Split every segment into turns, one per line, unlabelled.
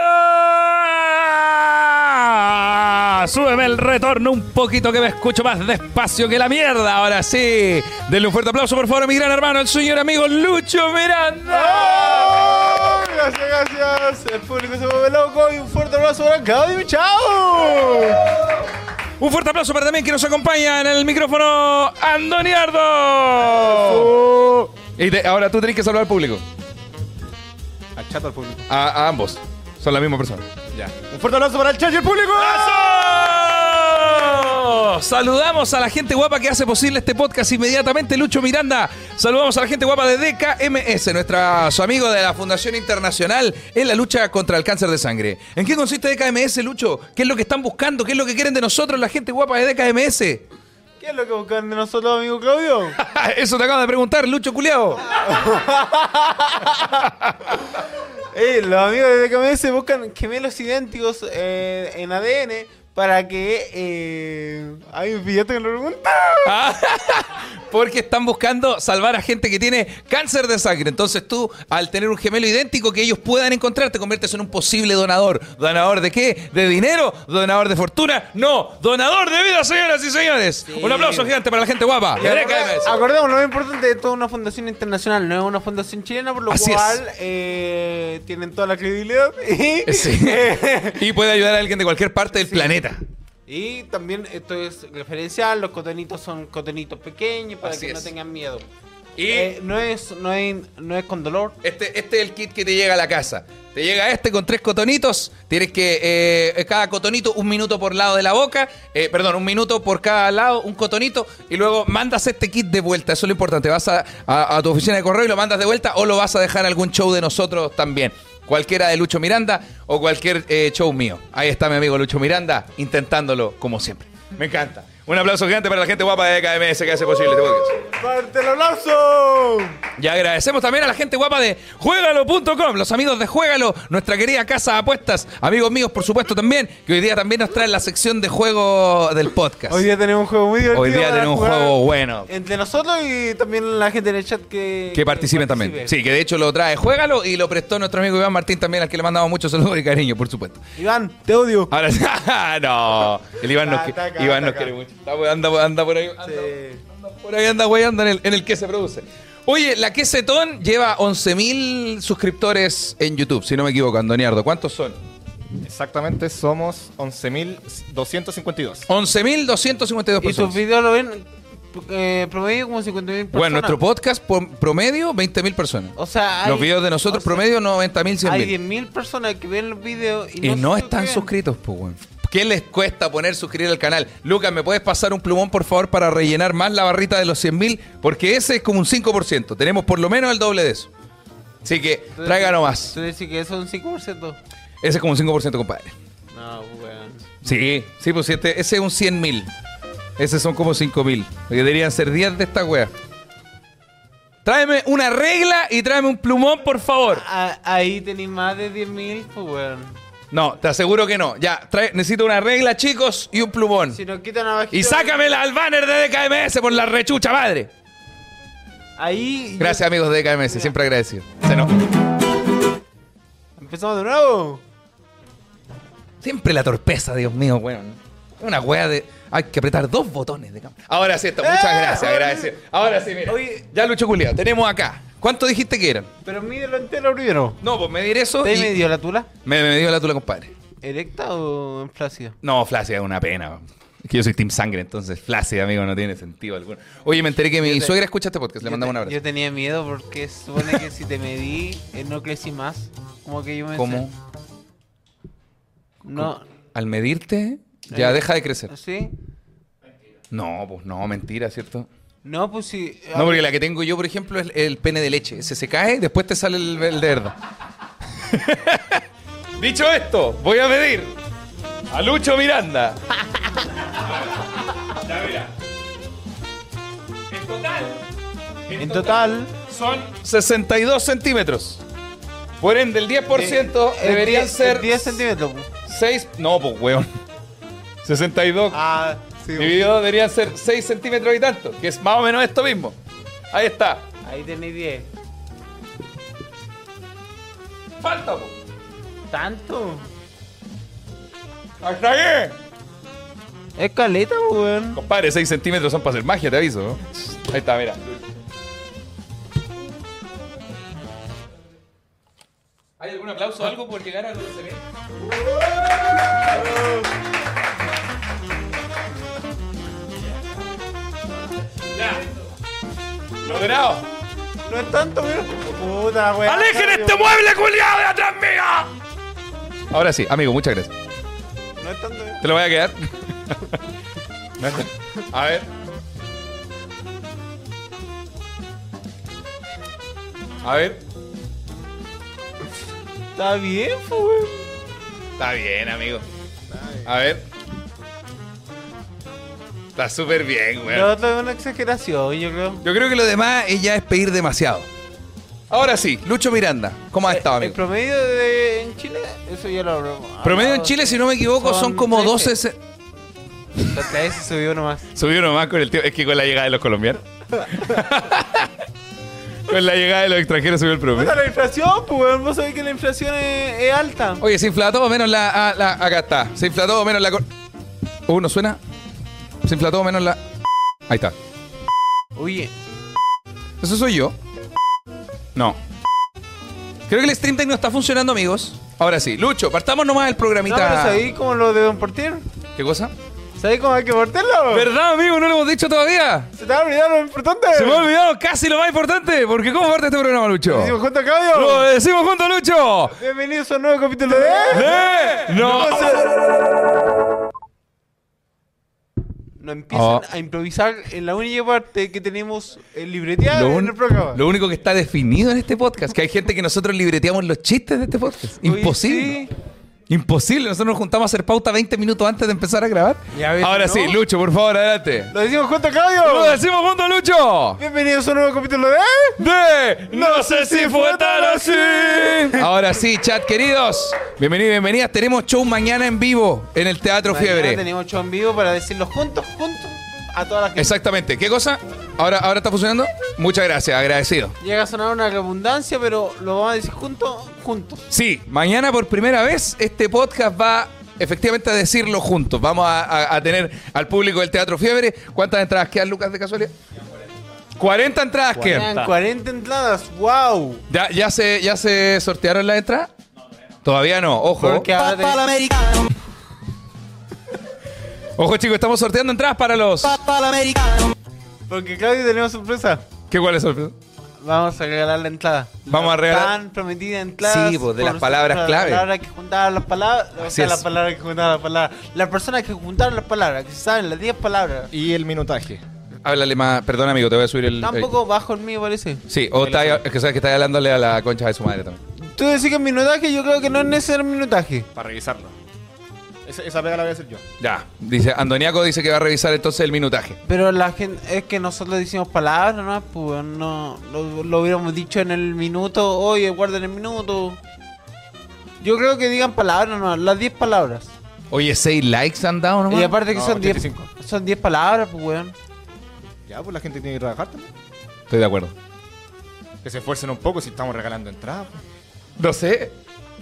Ah, Súbeme el retorno un poquito que me escucho más despacio que la mierda. Ahora sí. Denle un fuerte aplauso, por favor, a mi gran hermano, el señor amigo Lucho Miranda.
¡Oh! Gracias, gracias. El público se vuelve loco y un fuerte abrazo para Claudio. ¡Chao!
Un fuerte aplauso para también que nos acompaña en el micrófono, Andoniardo. Y te- ahora tú tenés que saludar al público.
Al chato al público.
A, a ambos. Son la misma persona.
Ya. Un fuerte abrazo para el chat y el público.
¡Eso! Saludamos a la gente guapa que hace posible este podcast inmediatamente, Lucho Miranda. Saludamos a la gente guapa de DKMS, nuestros amigo de la Fundación Internacional en la lucha contra el cáncer de sangre. ¿En qué consiste DKMS, Lucho? ¿Qué es lo que están buscando? ¿Qué es lo que quieren de nosotros la gente guapa de DKMS?
¿Qué es lo que buscan de nosotros, amigo Claudio?
Eso te acabo de preguntar, Lucho Culeado.
Eh, los amigos de DKMS buscan gemelos idénticos eh, en ADN para que. Eh... Hay un billete que lo preguntaron.
Porque están buscando salvar a gente que tiene cáncer de sangre. Entonces tú, al tener un gemelo idéntico que ellos puedan encontrar, te conviertes en un posible donador. ¿Donador de qué? ¿De dinero? ¿Donador de fortuna? No, donador de vida, señoras y señores. Un aplauso gigante para la gente guapa.
Y
Eureka
acorda-
MS.
Acordemos, lo más importante esto es toda una fundación internacional, no es una fundación chilena, por lo
Así es.
cual eh, tienen toda la credibilidad y, eh,
Sí. Y puede ayudar a alguien de cualquier parte del planeta.
y también esto es referencial, los cotonitos son cotonitos pequeños para
Así
que
es.
no tengan miedo.
Y-
Eh, no es no es no es con dolor.
Este, este es el kit que te llega a la casa. Te llega este con tres cotonitos. Tienes que, eh, cada cotonito, un minuto por lado de la boca. Eh, perdón, un minuto por cada lado, un cotonito. Y luego mandas este kit de vuelta. Eso es lo importante. Vas a, a- a tu oficina de correo y lo mandas de vuelta o lo vas a dejar a algún show de nosotros también. Cualquiera de Lucho Miranda o cualquier eh, show mío. Ahí está mi amigo Lucho Miranda intentándolo como siempre. Me encanta. Un aplauso gigante para la gente guapa de KMS que hace posible este podcast.
¡Parte el aplauso!
Y agradecemos también a la gente guapa de juegalo.com, los amigos de Juegalo, nuestra querida casa de apuestas, amigos míos, por supuesto, también, que hoy día también nos traen la sección de juego del podcast.
Hoy día tenemos un juego muy divertido.
Hoy día
para
tenemos un
jugar
juego bueno.
Entre nosotros y también la gente en el chat que.
Que participen también. Sí, que de hecho lo trae Juegalo y lo prestó nuestro amigo Iván Martín también, al que le mandamos muchos saludos y cariño, por supuesto.
Iván, te odio.
Ahora sí, no, el Iván nos,
Está
que-
acá,
Iván
está
nos
acá.
quiere mucho. Está- Anda, anda por ahí. anda-
Ah, Sí.
Ah, Por ahí anda weyando en el, en el que se produce. Oye, la que Setón lleva 11.000 suscriptores en YouTube, si no me equivoco, Andoniardo. ¿Cuántos son?
Exactamente, somos 11.252.
11.252
Y sus
personas.
videos lo ven eh, promedio como 50.000 personas.
Bueno, nuestro podcast por- promedio, 20.000 personas.
O sea, hay,
Los videos de nosotros
o sea,
promedio, 90.000, 100.000.
Hay 10.000 personas que ven los videos y,
Y no
se
están
suscriben.
suscritos, pues, weón. ¿Qué les cuesta poner suscribir al canal? Lucas, ¿me puedes pasar un plumón, por favor, para rellenar más la barrita de los 100.000? Porque ese es como un 5%. Tenemos por lo menos el doble de eso. Así que,
Tú
tráiganos
decís-
más.
Tú decís que eso es un 5%.
Ese es como un 5%, compadre.
No, weón.
Sí, sí, pues este, ese es un 100 mil. Ese son como 5 mil. Que deberían ser 10 de esta wea. Tráeme una regla y tráeme un plumón, por favor.
A- Ahí tenéis más de 10.000, pues weón.
No, te aseguro que no. Ya, trae- necesito una regla, chicos, y un plumón.
Si nos quitan abajito.
Y sácamela al banner de DKMS por la rechucha madre.
Ahí. yo-
Gracias, amigos de DKMS. Siempre agradecido. Se no-
Empezamos de nuevo.
Siempre la torpeza, Dios mío, weón. Una wea de. Hay que apretar dos botones de cámara. Ahora sí está. Muchas
¡Eh!
gracias, agradecido. Ahora sí, mira.
Oye.
Ya, Lucho Culiao, tenemos acá. ¿Cuánto dijiste que eran?
Pero mídelo entero primero.
No, pues medir eso.
¿Te
y-
medio la tula?
Me, me dio la tula, compadre.
¿Erecta o en flácida?
No, Flácida es una pena. Es que yo soy Team Sangre, entonces Flácida, amigo, no tiene sentido alguno. Oye, me enteré que mi
te-
suegra escucha este podcast. Le
Yo
mandamos un
te-
abrazo.
Yo tenía miedo porque supone que si te medí, eh, no crecí más. Como que yo me.
¿Cómo?
No.
Al medirte, ya
Eh.
deja de crecer.
¿Sí?
No, pues no, mentira, ¿cierto?
No, pues sí.
No, porque la que tengo yo, por ejemplo, es el pene de leche. Ese se cae, después te sale el, el de verdad. Dicho esto, voy a pedir a Lucho Miranda. Ya, mira. En total,
Ah, En total.
son 62 centímetros. Por ende, el 10%
eh,
deberían
eh,
ser
10 centímetros. pues.
6. No, pues, weón. 62
Ah, sí.
dividido deberían ser 6 centímetros y tanto, que es más o menos esto mismo. Ahí está.
Ahí tenéis 10.
Falta, po.
¿Tanto?
Hasta aquí.
Es caleta, weón.
Compadre, 6 centímetros son para hacer magia, te aviso. Ahí está, mira. ¿Hay algún aplauso o algo por llegar a los se ve? Ya. Logrado.
No es tanto, weón. Puta, weón.
¡Alejen este mueble culiado de atrás mía! Ahora sí, amigo, muchas gracias.
No es tanto, eh. weón.
¿Te lo voy a quedar? a ver. A ver.
Está bien, po, weón.
Está bien, amigo. A ver. Está súper bien, weón.
Lo otro es una exageración, yo creo.
Yo creo que lo demás es ya es pedir demasiado. Ahora sí, Lucho Miranda, ¿cómo ha estado,
Eh, El
amigo?
promedio de, en Chile, eso ya lo hablamos. Ah,
Promedio en Chile, si no me equivoco, son como 12...
12.
se-
La otra vez se subió nomás.
Subí uno más con el tío. Es que con la llegada de los colombianos. con la llegada de los extranjeros subió el promedio.
Puta, la inflación, pues, weón. Vos sabés que la inflación es, es alta.
Oye, se infla todo menos la, ah, la- Acá está. Se infla todo menos la. cor- Uh, ¿no suena? Se infla todo menos la. Ahí está.
Oye,
¿Eso soy yo? No. Creo que el stream tech no está funcionando, amigos. Ahora sí. Lucho, partamos nomás el
no,
programita.
pero sabéis como lo de Don Portier.
¿Qué cosa?
¿Sabéis cómo hay que portarlo?
¿Verdad, amigo? No lo hemos dicho todavía.
Se te ha olvidado lo importante.
Se me ha olvidado casi lo más importante. Porque ¿cómo parte este programa, Lucho?
Hicimos junto a Claudio.
Lo decimos juntos, Lucho.
Bienvenidos a un nuevo capítulo de.
¡Eh! ¡No!
No empiezan
Oh.
a improvisar en la única parte que tenemos el libreteado
un-
en el programa.
lo único que está definido en este podcast, que hay gente que nosotros libreteamos los chistes de este podcast.
Oye,
Imposible.
sí.
Imposible. Nosotros nos juntamos a hacer pauta 20 minutos antes de empezar a grabar.
Ya ves,
Ahora
¿no?
sí, Lucho, por favor, adelante.
Lo decimos junto a
Lo
Claudio.
decimos juntos, Lucho.
Bienvenidos a un nuevo capítulo de.
De No sé si fue tan así. Ahora sí, chat queridos. Bienvenidos, bienvenidas. Tenemos show mañana en vivo en el Teatro
Mañana
Fiebre.
Tenemos show en vivo para decirlo juntos, juntos a toda la gente.
Exactamente. ¿Qué cosa? ¿Ahora, ahora está funcionando? Muchas gracias, agradecido.
Llega a sonar una redundancia, pero lo vamos a decir juntos, juntos.
Sí, mañana por primera vez este podcast va efectivamente a decirlo juntos. Vamos a, a- a tener al público del Teatro Fiebre. ¿Cuántas entradas quedan, Lucas, de casualidad? 40 entradas quedan.
Eran 40 entradas, wow.
¿Ya, ya, se, ¿Ya se sortearon las entradas? Todavía no, ojo.
Porque ahora tenemos-
americano,
Ojo chicos, estamos sorteando entradas para los...
papal americano.
Porque Claudio tenemos sorpresa.
¿Qué cuál es sorpresa?
Vamos a regalar la entrada.
Vamos
La
a regalar-
Tan prometida entrada.
Sí, pues, de las
por-
palabras
las
clave.
palabras que juntaban las palabras. O
Así
sea,
es.
las palabras que juntaban las palabras. Las personas que juntaron las palabras, que se saben las 10 palabras.
Y el minutaje.
Háblale más... Perdón amigo, te voy a subir el...
Tampoco bajo el mío, parece.
eh, sí, o está, es que sabes que está hablándole a la concha de su madre también.
Tú decís que el minutaje, yo creo que no es necesario el minutaje.
Para revisarlo. Esa, esa pega la voy a hacer yo.
Ya, dice... Andoniaco dice que va a revisar entonces el minutaje.
Pero la gente, es que nosotros decimos palabras, ¿no? Pues no. Lo, lo hubiéramos dicho en el minuto. Oye, guarden el minuto. Yo creo que digan palabras, ¿no? Las 10 palabras.
Oye, 6 likes han dado nomás.
Y aparte que
No,
son 10
85.
son 10 palabras, pues, weón.
Ya, pues la gente tiene que trabajar también.
Estoy de acuerdo.
Que se esfuercen un poco si estamos regalando entradas. pues.
No sé.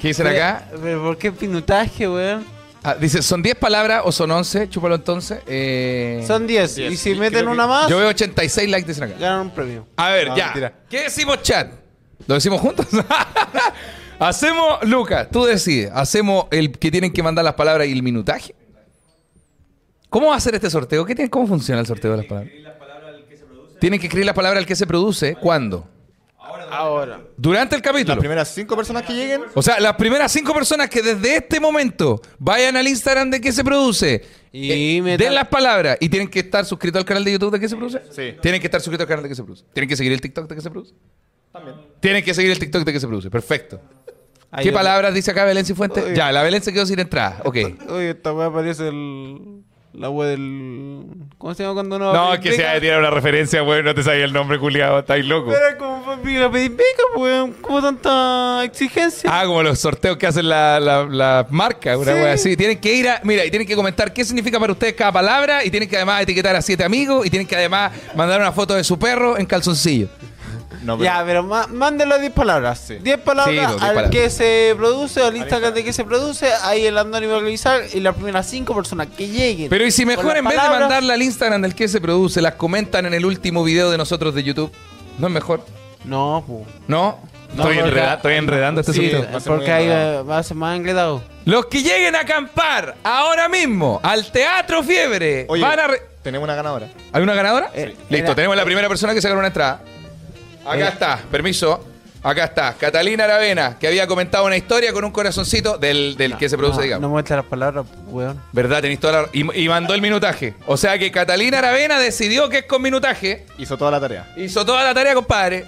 ¿Qué dicen
Pero-
acá?
Pero ¿por qué minutaje, weón?
Ah, dice, ¿son 10 palabras o son 11? Chúpalo entonces. Eh,
Son 10.
Diez.
Y si
Y
meten
creo que-
una más,
Yo veo 86 likes, dicen acá.
ganan un premio.
A ver,
No,
ya.
mentira.
¿Qué decimos, chat? ¿Lo decimos juntos? Hacemos, Lucas, tú decides. ¿Hacemos el que tienen que mandar las palabras y el minutaje? ¿Cómo va a ser este sorteo? ¿Qué tiene, ¿Cómo funciona el sorteo de las palabras? Tienen que escribir las palabras al que se produce. ¿Cuándo?
Ahora.
Durante el capítulo.
Las primeras cinco personas que lleguen.
O sea, las primeras cinco personas que desde este momento vayan al Instagram de qué se produce,
Y
eh,
metan-
den las palabras y tienen que estar suscritos al canal de YouTube de qué se produce.
Sí.
Tienen que estar suscritos al canal de qué se produce. Tienen que seguir el TikTok de qué se produce.
También.
Tienen que seguir el TikTok de qué se produce. Perfecto.
Ahí
¿Qué
va.
palabras dice acá Belén Cifuentes?
Oye.
Ya, la Belén se quedó sin entrada. Ok.
Oye, esta weá parece el. La weá del. ¿Cómo se llama cuando uno. va a
No,
pedir
que sea de
pica?
tirar una referencia, weón. No te sabía el nombre, culiado. Estáis loco.
Pero como fue ir a pedir pica, pues, weón. ¿Cómo tanta exigencia?
Ah, como los sorteos que hacen la, la, la marca, una
Sí.
wea así. Tienen que ir a. Mira, y tienen que comentar qué significa para ustedes cada palabra. Y tienen que además etiquetar a siete amigos. Y tienen que además mandar una foto de su perro en calzoncillo.
No, pero-
ya, pero ma- manden las 10 palabras.
Sí.
10 palabras
Sí, pues, 10
al
palabras.
que se produce, al Instagram
Instagram.
de que se produce, ahí el Anónimo organizar y las primeras 5 personas que lleguen.
Pero y si
con
mejor
las
en vez de
palabras-
mandarla al Instagram del que se produce, las comentan en el último video de nosotros de YouTube. ¿No es mejor?
No, pues.
¿No?
No, porque-
enredando este
Sí,
asunto.
va a ser
porque
muy
ahí va
enredado.
va a ser más enredado.
Los que lleguen a acampar ahora mismo al Teatro Fiebre
Oye,
van a... re-
tenemos una ganadora.
¿Hay una ganadora?
Eh,
Listo,
era- Eh.
tenemos la primera persona que saca una entrada. Acá
Era-
está, permiso. Acá está, Catalina Aravena, que había comentado una historia con un corazoncito del, del que se produce,
no,
digamos.
No muestra las palabras, weón.
¿Verdad? Tenéis toda la- Y, y mandó el minutaje. O sea que Catalina Aravena decidió que es con minutaje.
Hizo toda la tarea.
Hizo toda la tarea, compadre.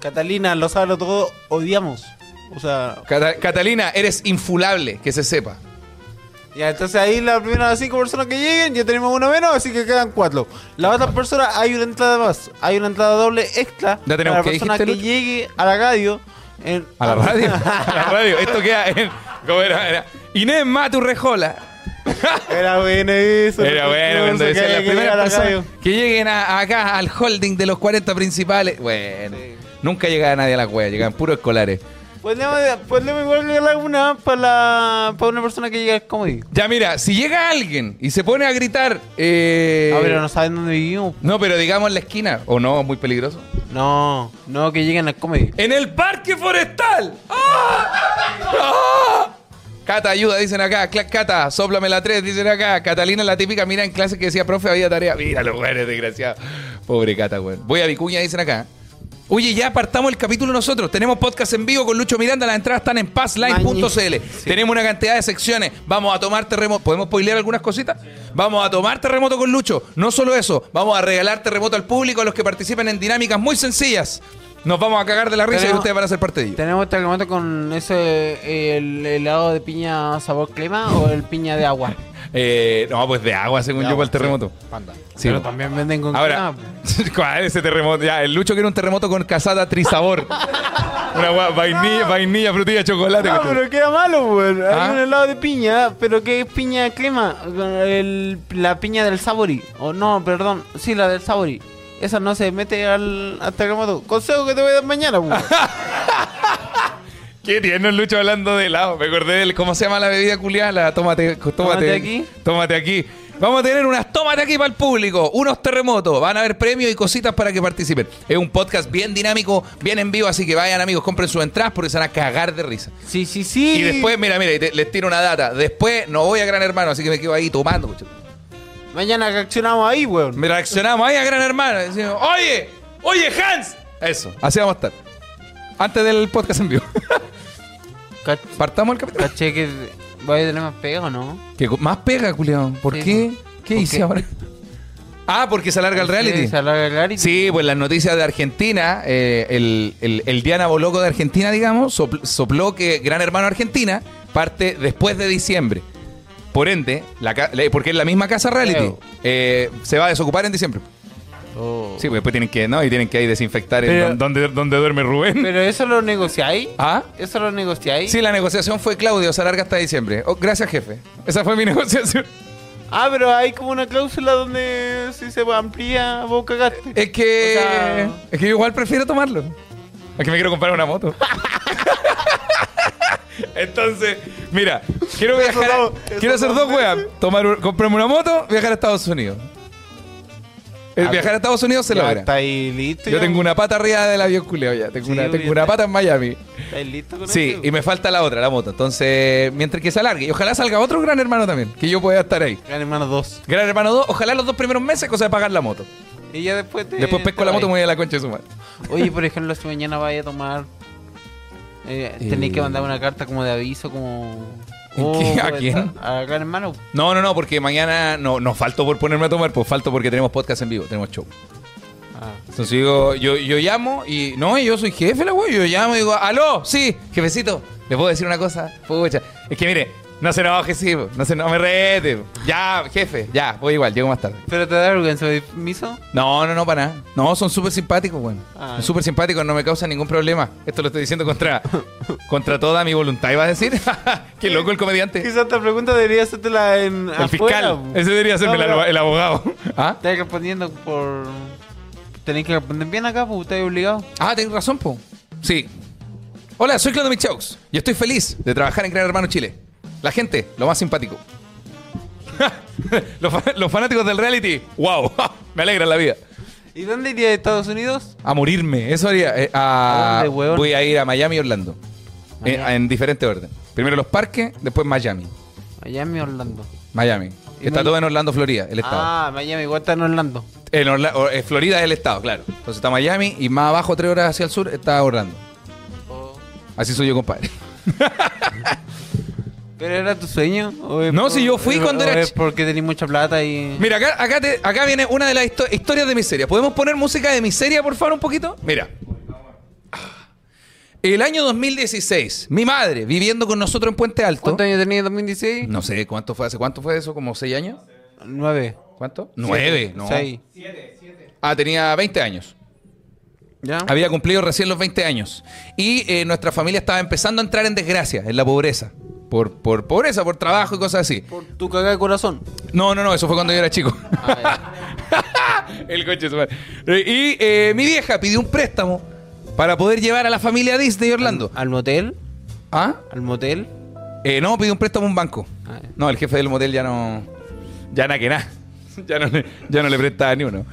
Catalina, lo sabe todo, odiamos. O sea,
Cata- Catalina, eres infulable, que se sepa.
ya, entonces ahí las primeras cinco personas que lleguen, ya tenemos una menos, así que quedan cuatro. Las otras personas, hay una entrada más, hay una entrada doble extra
Ya tenemos,
para la
¿qué
persona que
dijiste, Lucho?
llegue a la radio. en-
¿A la radio? a la radio. Esto queda en... ¿Cómo era? Era Inés Maturrejola.
Era bueno eso.
Era bueno cuando
que
decían las
llegue a
primeras
la
personas
radio.
que lleguen a- acá al holding de los 40 principales. Bueno, nunca llegaba nadie a la wea, llegaban puros escolares.
Ponemos, ponemos igual que la una para, la, para una persona que llega como digo.
Ya mira, si llega alguien y se pone a gritar... eh,
Ah, pero no saben dónde vivimos.
No, pero digamos en la esquina. O no, es muy peligroso.
No, no, que lleguen al comedy.
¡En el parque forestal! ¡Ah! ¡Ah! Cata, ayuda, dicen acá. Cla- Cata, soplame la 3, dicen acá. Catalina, la típica, mira en clase que decía, profe, había tarea. Mira los güeyes, desgraciado. Pobre Cata, güey. Voy a Vicuña, dicen acá. Oye, ya partamos el capítulo nosotros. Tenemos podcast en vivo con Lucho Miranda. Las entradas están en passline.cl. Tenemos una cantidad de secciones. Vamos a tomar terremoto. ¿Podemos spoilear algunas cositas? Vamos a tomar terremoto con Lucho. No solo eso, vamos a regalar terremoto al público, a los que participen en dinámicas muy sencillas. Nos vamos a cagar de la risa y
Tenemos-
ustedes van a ser parte de ello.
¿Tenemos este momento con ese eh, el helado de piña sabor crema o el piña de agua?
Eh, no, pues de agua, según
Ya,
yo, para el
sí.
terremoto.
Panda.
Sí.
Pero también venden con
Ahora,
crema.
¿cuál es ese terremoto? Ya, el Lucho quiere un terremoto con casada trisabor. Una gua- vainilla, vainilla, frutilla, chocolate.
No,
con-
Ah, pero queda malo, güey.
¿Ah?
Hay un helado de piña, pero que es piña de crema. El- la piña del sabori. O no, perdón. Sí, la del sabori. Esa no se mete al, al terremoto. Consejo que te voy a dar mañana, güey.
Qué tierno el Lucho hablando de helado. Me acordé del cómo se llama la bebida culiada, la tómate, tómate,
Tómate aquí.
Tómate aquí. Vamos a tener unas tómate aquí para el público, unos terremotos, van a haber premios y cositas para que participen. Es un podcast bien dinámico, bien en vivo, así que vayan amigos, compren sus entradas porque se van a cagar de risa.
Sí, sí, sí.
Y después, mira, mira, y te- les tiro una data. Después no voy a Gran Hermano, así que me quedo ahí tomando. pucha.
Mañana reaccionamos ahí, güey.
Me reaccionamos ahí a Gran Hermano. Decimos, oye, oye, Hans. Eso, así vamos a estar. Antes del podcast en vivo.
Cach-
Partamos el capítulo.
Caché que voy a tener más pega o no.
Que co- más pega, culiao. ¿Por
Sí,
qué?
sí.
¿Qué
¿Por
hice
qué?
ahora? Ah, porque se alarga el reality.
Sí, se alarga el reality.
Sí, pues las noticias de Argentina, eh, el, el- el Diana Boloco de Argentina, digamos, sopl- sopló que Gran Hermano Argentina parte después de diciembre. Por ende, la ca- la- porque es la misma casa reality,
Creo.
eh, se va a desocupar en diciembre.
Oh.
Sí, pues después tienen que, ¿no? Y tienen que ahí desinfectar el
Pero-
don- donde, donde duerme Rubén.
Pero eso lo negociáis.
¿Ah?
Eso lo negociáis.
Sí, la negociación fue Claudio, se alarga hasta diciembre. Oh, gracias, jefe. Esa fue mi negociación.
Ah, pero hay como una cláusula donde si se amplía, vos cagaste.
Es que.
O sea-
Es que yo igual prefiero tomarlo. Es que me quiero comprar una moto. Entonces, mira, quiero
Eso
viajar. a-
no, eso
quiero hacer
no.
dos weas. Tomar, un- comprarme una moto, viajar a Estados Unidos. El
Ah,
viajar a Estados Unidos se
Ya,
logra.
Está ahí listo.
Yo
ya.
tengo una pata arriba del avión culiao ya. Tengo,
Sí,
una, tengo
obvio.
una pata en Miami.
Está ahí listo con
Sí,
eso.
y me falta la otra, la moto. Entonces, mientras que se alargue. Y ojalá salga otro gran hermano también, que yo pueda estar ahí.
Gran hermano 2.
Gran hermano 2, ojalá los dos primeros meses, cosa de pagar la moto.
Y ya después te.
Después pesco
te
la moto y me voy
vais.
a la concha de su madre.
Oye, por ejemplo, si mañana vaya a tomar. Eh, tenéis que mandar una carta como de aviso, como. "Oh,
¿En qué? ¿A quién?
A gran hermano.
No, no, no, porque mañana no, no falto por ponerme a tomar, pues falto porque tenemos podcast en vivo, tenemos show.
Ah.
Entonces digo, yo, yo llamo y. No, yo soy jefe, la wey. Yo llamo y digo, aló, sí, jefecito, ¿le puedo decir una cosa? Pucha. Es que mire, no se enoje, sí, po, no se no me rete. po. Ya, jefe, ya, voy igual, llego más tarde.
¿Pero te da vergüenza de permiso?
No, no, no, para nada. No, son súper simpáticos, weón.
Ah.
Son Súper simpáticos, no me causan ningún problema. Esto lo estoy diciendo contra, contra toda mi voluntad, iba a decir. Qué loco el comediante.
Quizás esta pregunta debería hacértela en.
El fiscal. Ese debería serme el abogado. ¿Ah?
Estás respondiendo por. Tenéis que aprender bien acá, pues estáis obligados.
Ah, tenés razón, po. Sí. Hola, soy Claudio Michaux y estoy feliz de trabajar en Gran Hermano Chile. La gente, lo más simpático. los, fa- los fanáticos del reality, wow, me alegran la vida.
¿Y dónde iría de Estados Unidos?
A morirme, eso haría. eh, a-
¿A dónde, weón?
voy a ir a Miami y Orlando. Eh,
Miami.
en diferente orden. Primero los parques, después Miami.
Miami, Orlando.
Miami.
¿Y
Está
Miami?
todo en Orlando, Florida, el estado.
Ah, Miami, igual está en Orlando.
En Orla- o- eh, Florida es el estado, claro. Entonces está Miami y más abajo, tres horas hacia el sur, está Orlando.
Oh.
Así soy yo, compadre.
¿Pero era tu sueño? ¿O es
No, si yo fui
o-
cuando
o
era
es
ch-
porque tenías mucha plata y.
Mira, acá, acá, te- acá viene una de las histo- historias de miseria. ¿Podemos poner música de miseria, por favor, un poquito? Mira. Ah. El año 2016, mi madre, viviendo con nosotros en Puente Alto.
¿Cuántos años tenías en 2016?
No sé cuánto fue, hace cuánto fue eso, como seis años.
Nueve.
¿Cuánto? Nueve, no.
Seis.
Ah, tenía 20 años.
¿Ya?
Había cumplido recién los 20 años. Y eh, nuestra familia estaba empezando a entrar en desgracia, en la pobreza. Por, por pobreza, por trabajo y cosas así.
Por tu cagada de corazón.
No, no, no, eso fue cuando yo era chico. El coche su madre. Eh, Y eh, mi vieja pidió un préstamo para poder llevar a la familia a Disney Orlando.
¿Al motel?
¿Ah?
¿Al motel?
Eh, no, pidió un préstamo a un banco.
Ah, ya.
No, el jefe del motel ya no. Ya na que na. Ya no, le, ya no le prestaba ni uno.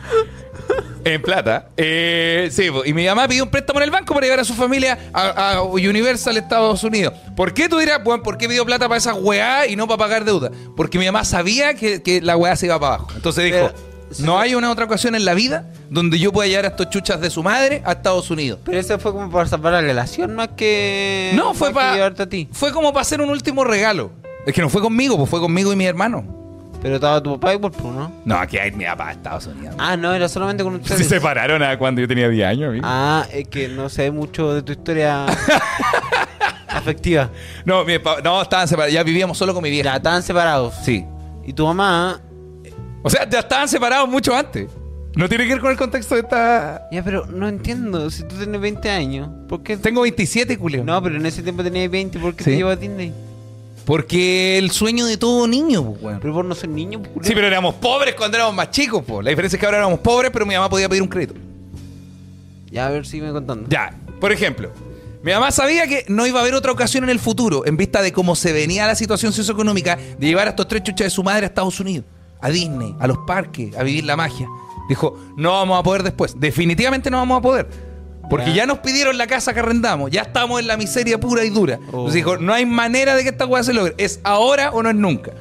En plata. Eh, sí, po. y mi mamá pidió un préstamo en el banco para llevar a su familia a, a Universal Estados Unidos. ¿Por qué tú dirás, Juan, por qué pidió plata para esa weá y no para pagar deuda? Porque mi mamá sabía que, que la weá se iba para abajo. Entonces dijo,
Pero,
no hay una otra ocasión en la vida donde yo pueda llevar a estos chuchas de su madre a Estados Unidos.
Pero eso fue como para salvar la relación más que.
No, fue
más que
para.
llevarte a ti.
Fue como para hacer un último regalo. Es que no fue conmigo, pues fue conmigo y mi hermano.
Pero estaba tu papá igual, pues, ¿no?
No, aquí hay mi papá de Estados Unidos.
Ah, no, era solamente con ustedes.
Se separaron
ah,
a cuando yo tenía 10 años, amigo.
Ah, es que no sé mucho de tu historia afectiva.
No, mi papá, no, estaban separados. Ya vivíamos solo con mi
Ya
vieja.
estaban separados.
Sí.
Y tu mamá.
O sea, ya estaban separados mucho antes. No tiene que ver con el contexto de esta.
Ya, pero no entiendo. Si tú tienes 20 años, ¿por qué?
Tengo 27, Julio.
No, pero en ese tiempo tenías 20, ¿por qué
Sí.
te llevas a Disney?
Porque el sueño de todo niño, pues, weón.
Pero vos no sos niño, pues, culiao.
Sí, pero éramos pobres cuando éramos más chicos, pues. La diferencia es que ahora éramos pobres, pero mi mamá podía pedir un crédito.
Ya, a ver, sígueme contando.
Ya, por ejemplo, mi mamá sabía que no iba a haber otra ocasión en el futuro, en vista de cómo se venía la situación socioeconómica, de llevar a estos tres chuchas de su madre a Estados Unidos, a Disney, a los parques, a vivir la magia. Dijo, no vamos a poder después, definitivamente no vamos a poder. Porque
Ya.
ya nos pidieron la casa que arrendamos, ya estamos en la miseria pura y dura.
Oh.
Entonces dijo, no hay manera de que esta weá se logre, es ahora o no es nunca.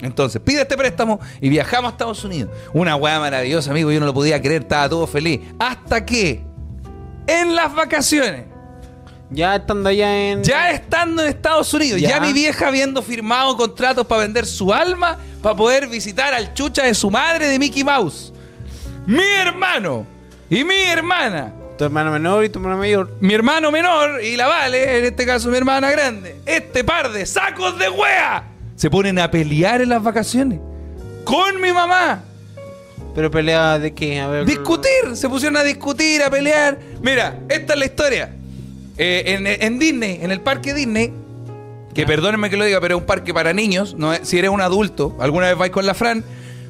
Entonces, pide este préstamo y viajamos a Estados Unidos. Una weá maravillosa, amigo, yo no lo podía creer, estaba todo feliz. Hasta que en las vacaciones.
Ya estando allá en.
Ya estando en Estados Unidos, ya,
Ya.
mi vieja habiendo firmado contratos para vender su alma, para poder visitar al chucha de su madre de Mickey Mouse. Mi hermano y mi hermana,
Tu hermana menor y tu hermana mayor.
mi hermano menor y la Vale, en este caso mi hermana grande, este par de sacos de wea se ponen a pelear en las vacaciones con mi mamá.
Pero pelea de qué? A ver.
Discutir, se pusieron a discutir, a pelear. Mira, esta es la historia. Eh, en, en Disney, en el parque Disney, que perdónenme que lo diga, pero es un parque para niños. No es- si eres un adulto, alguna vez vais con la Fran,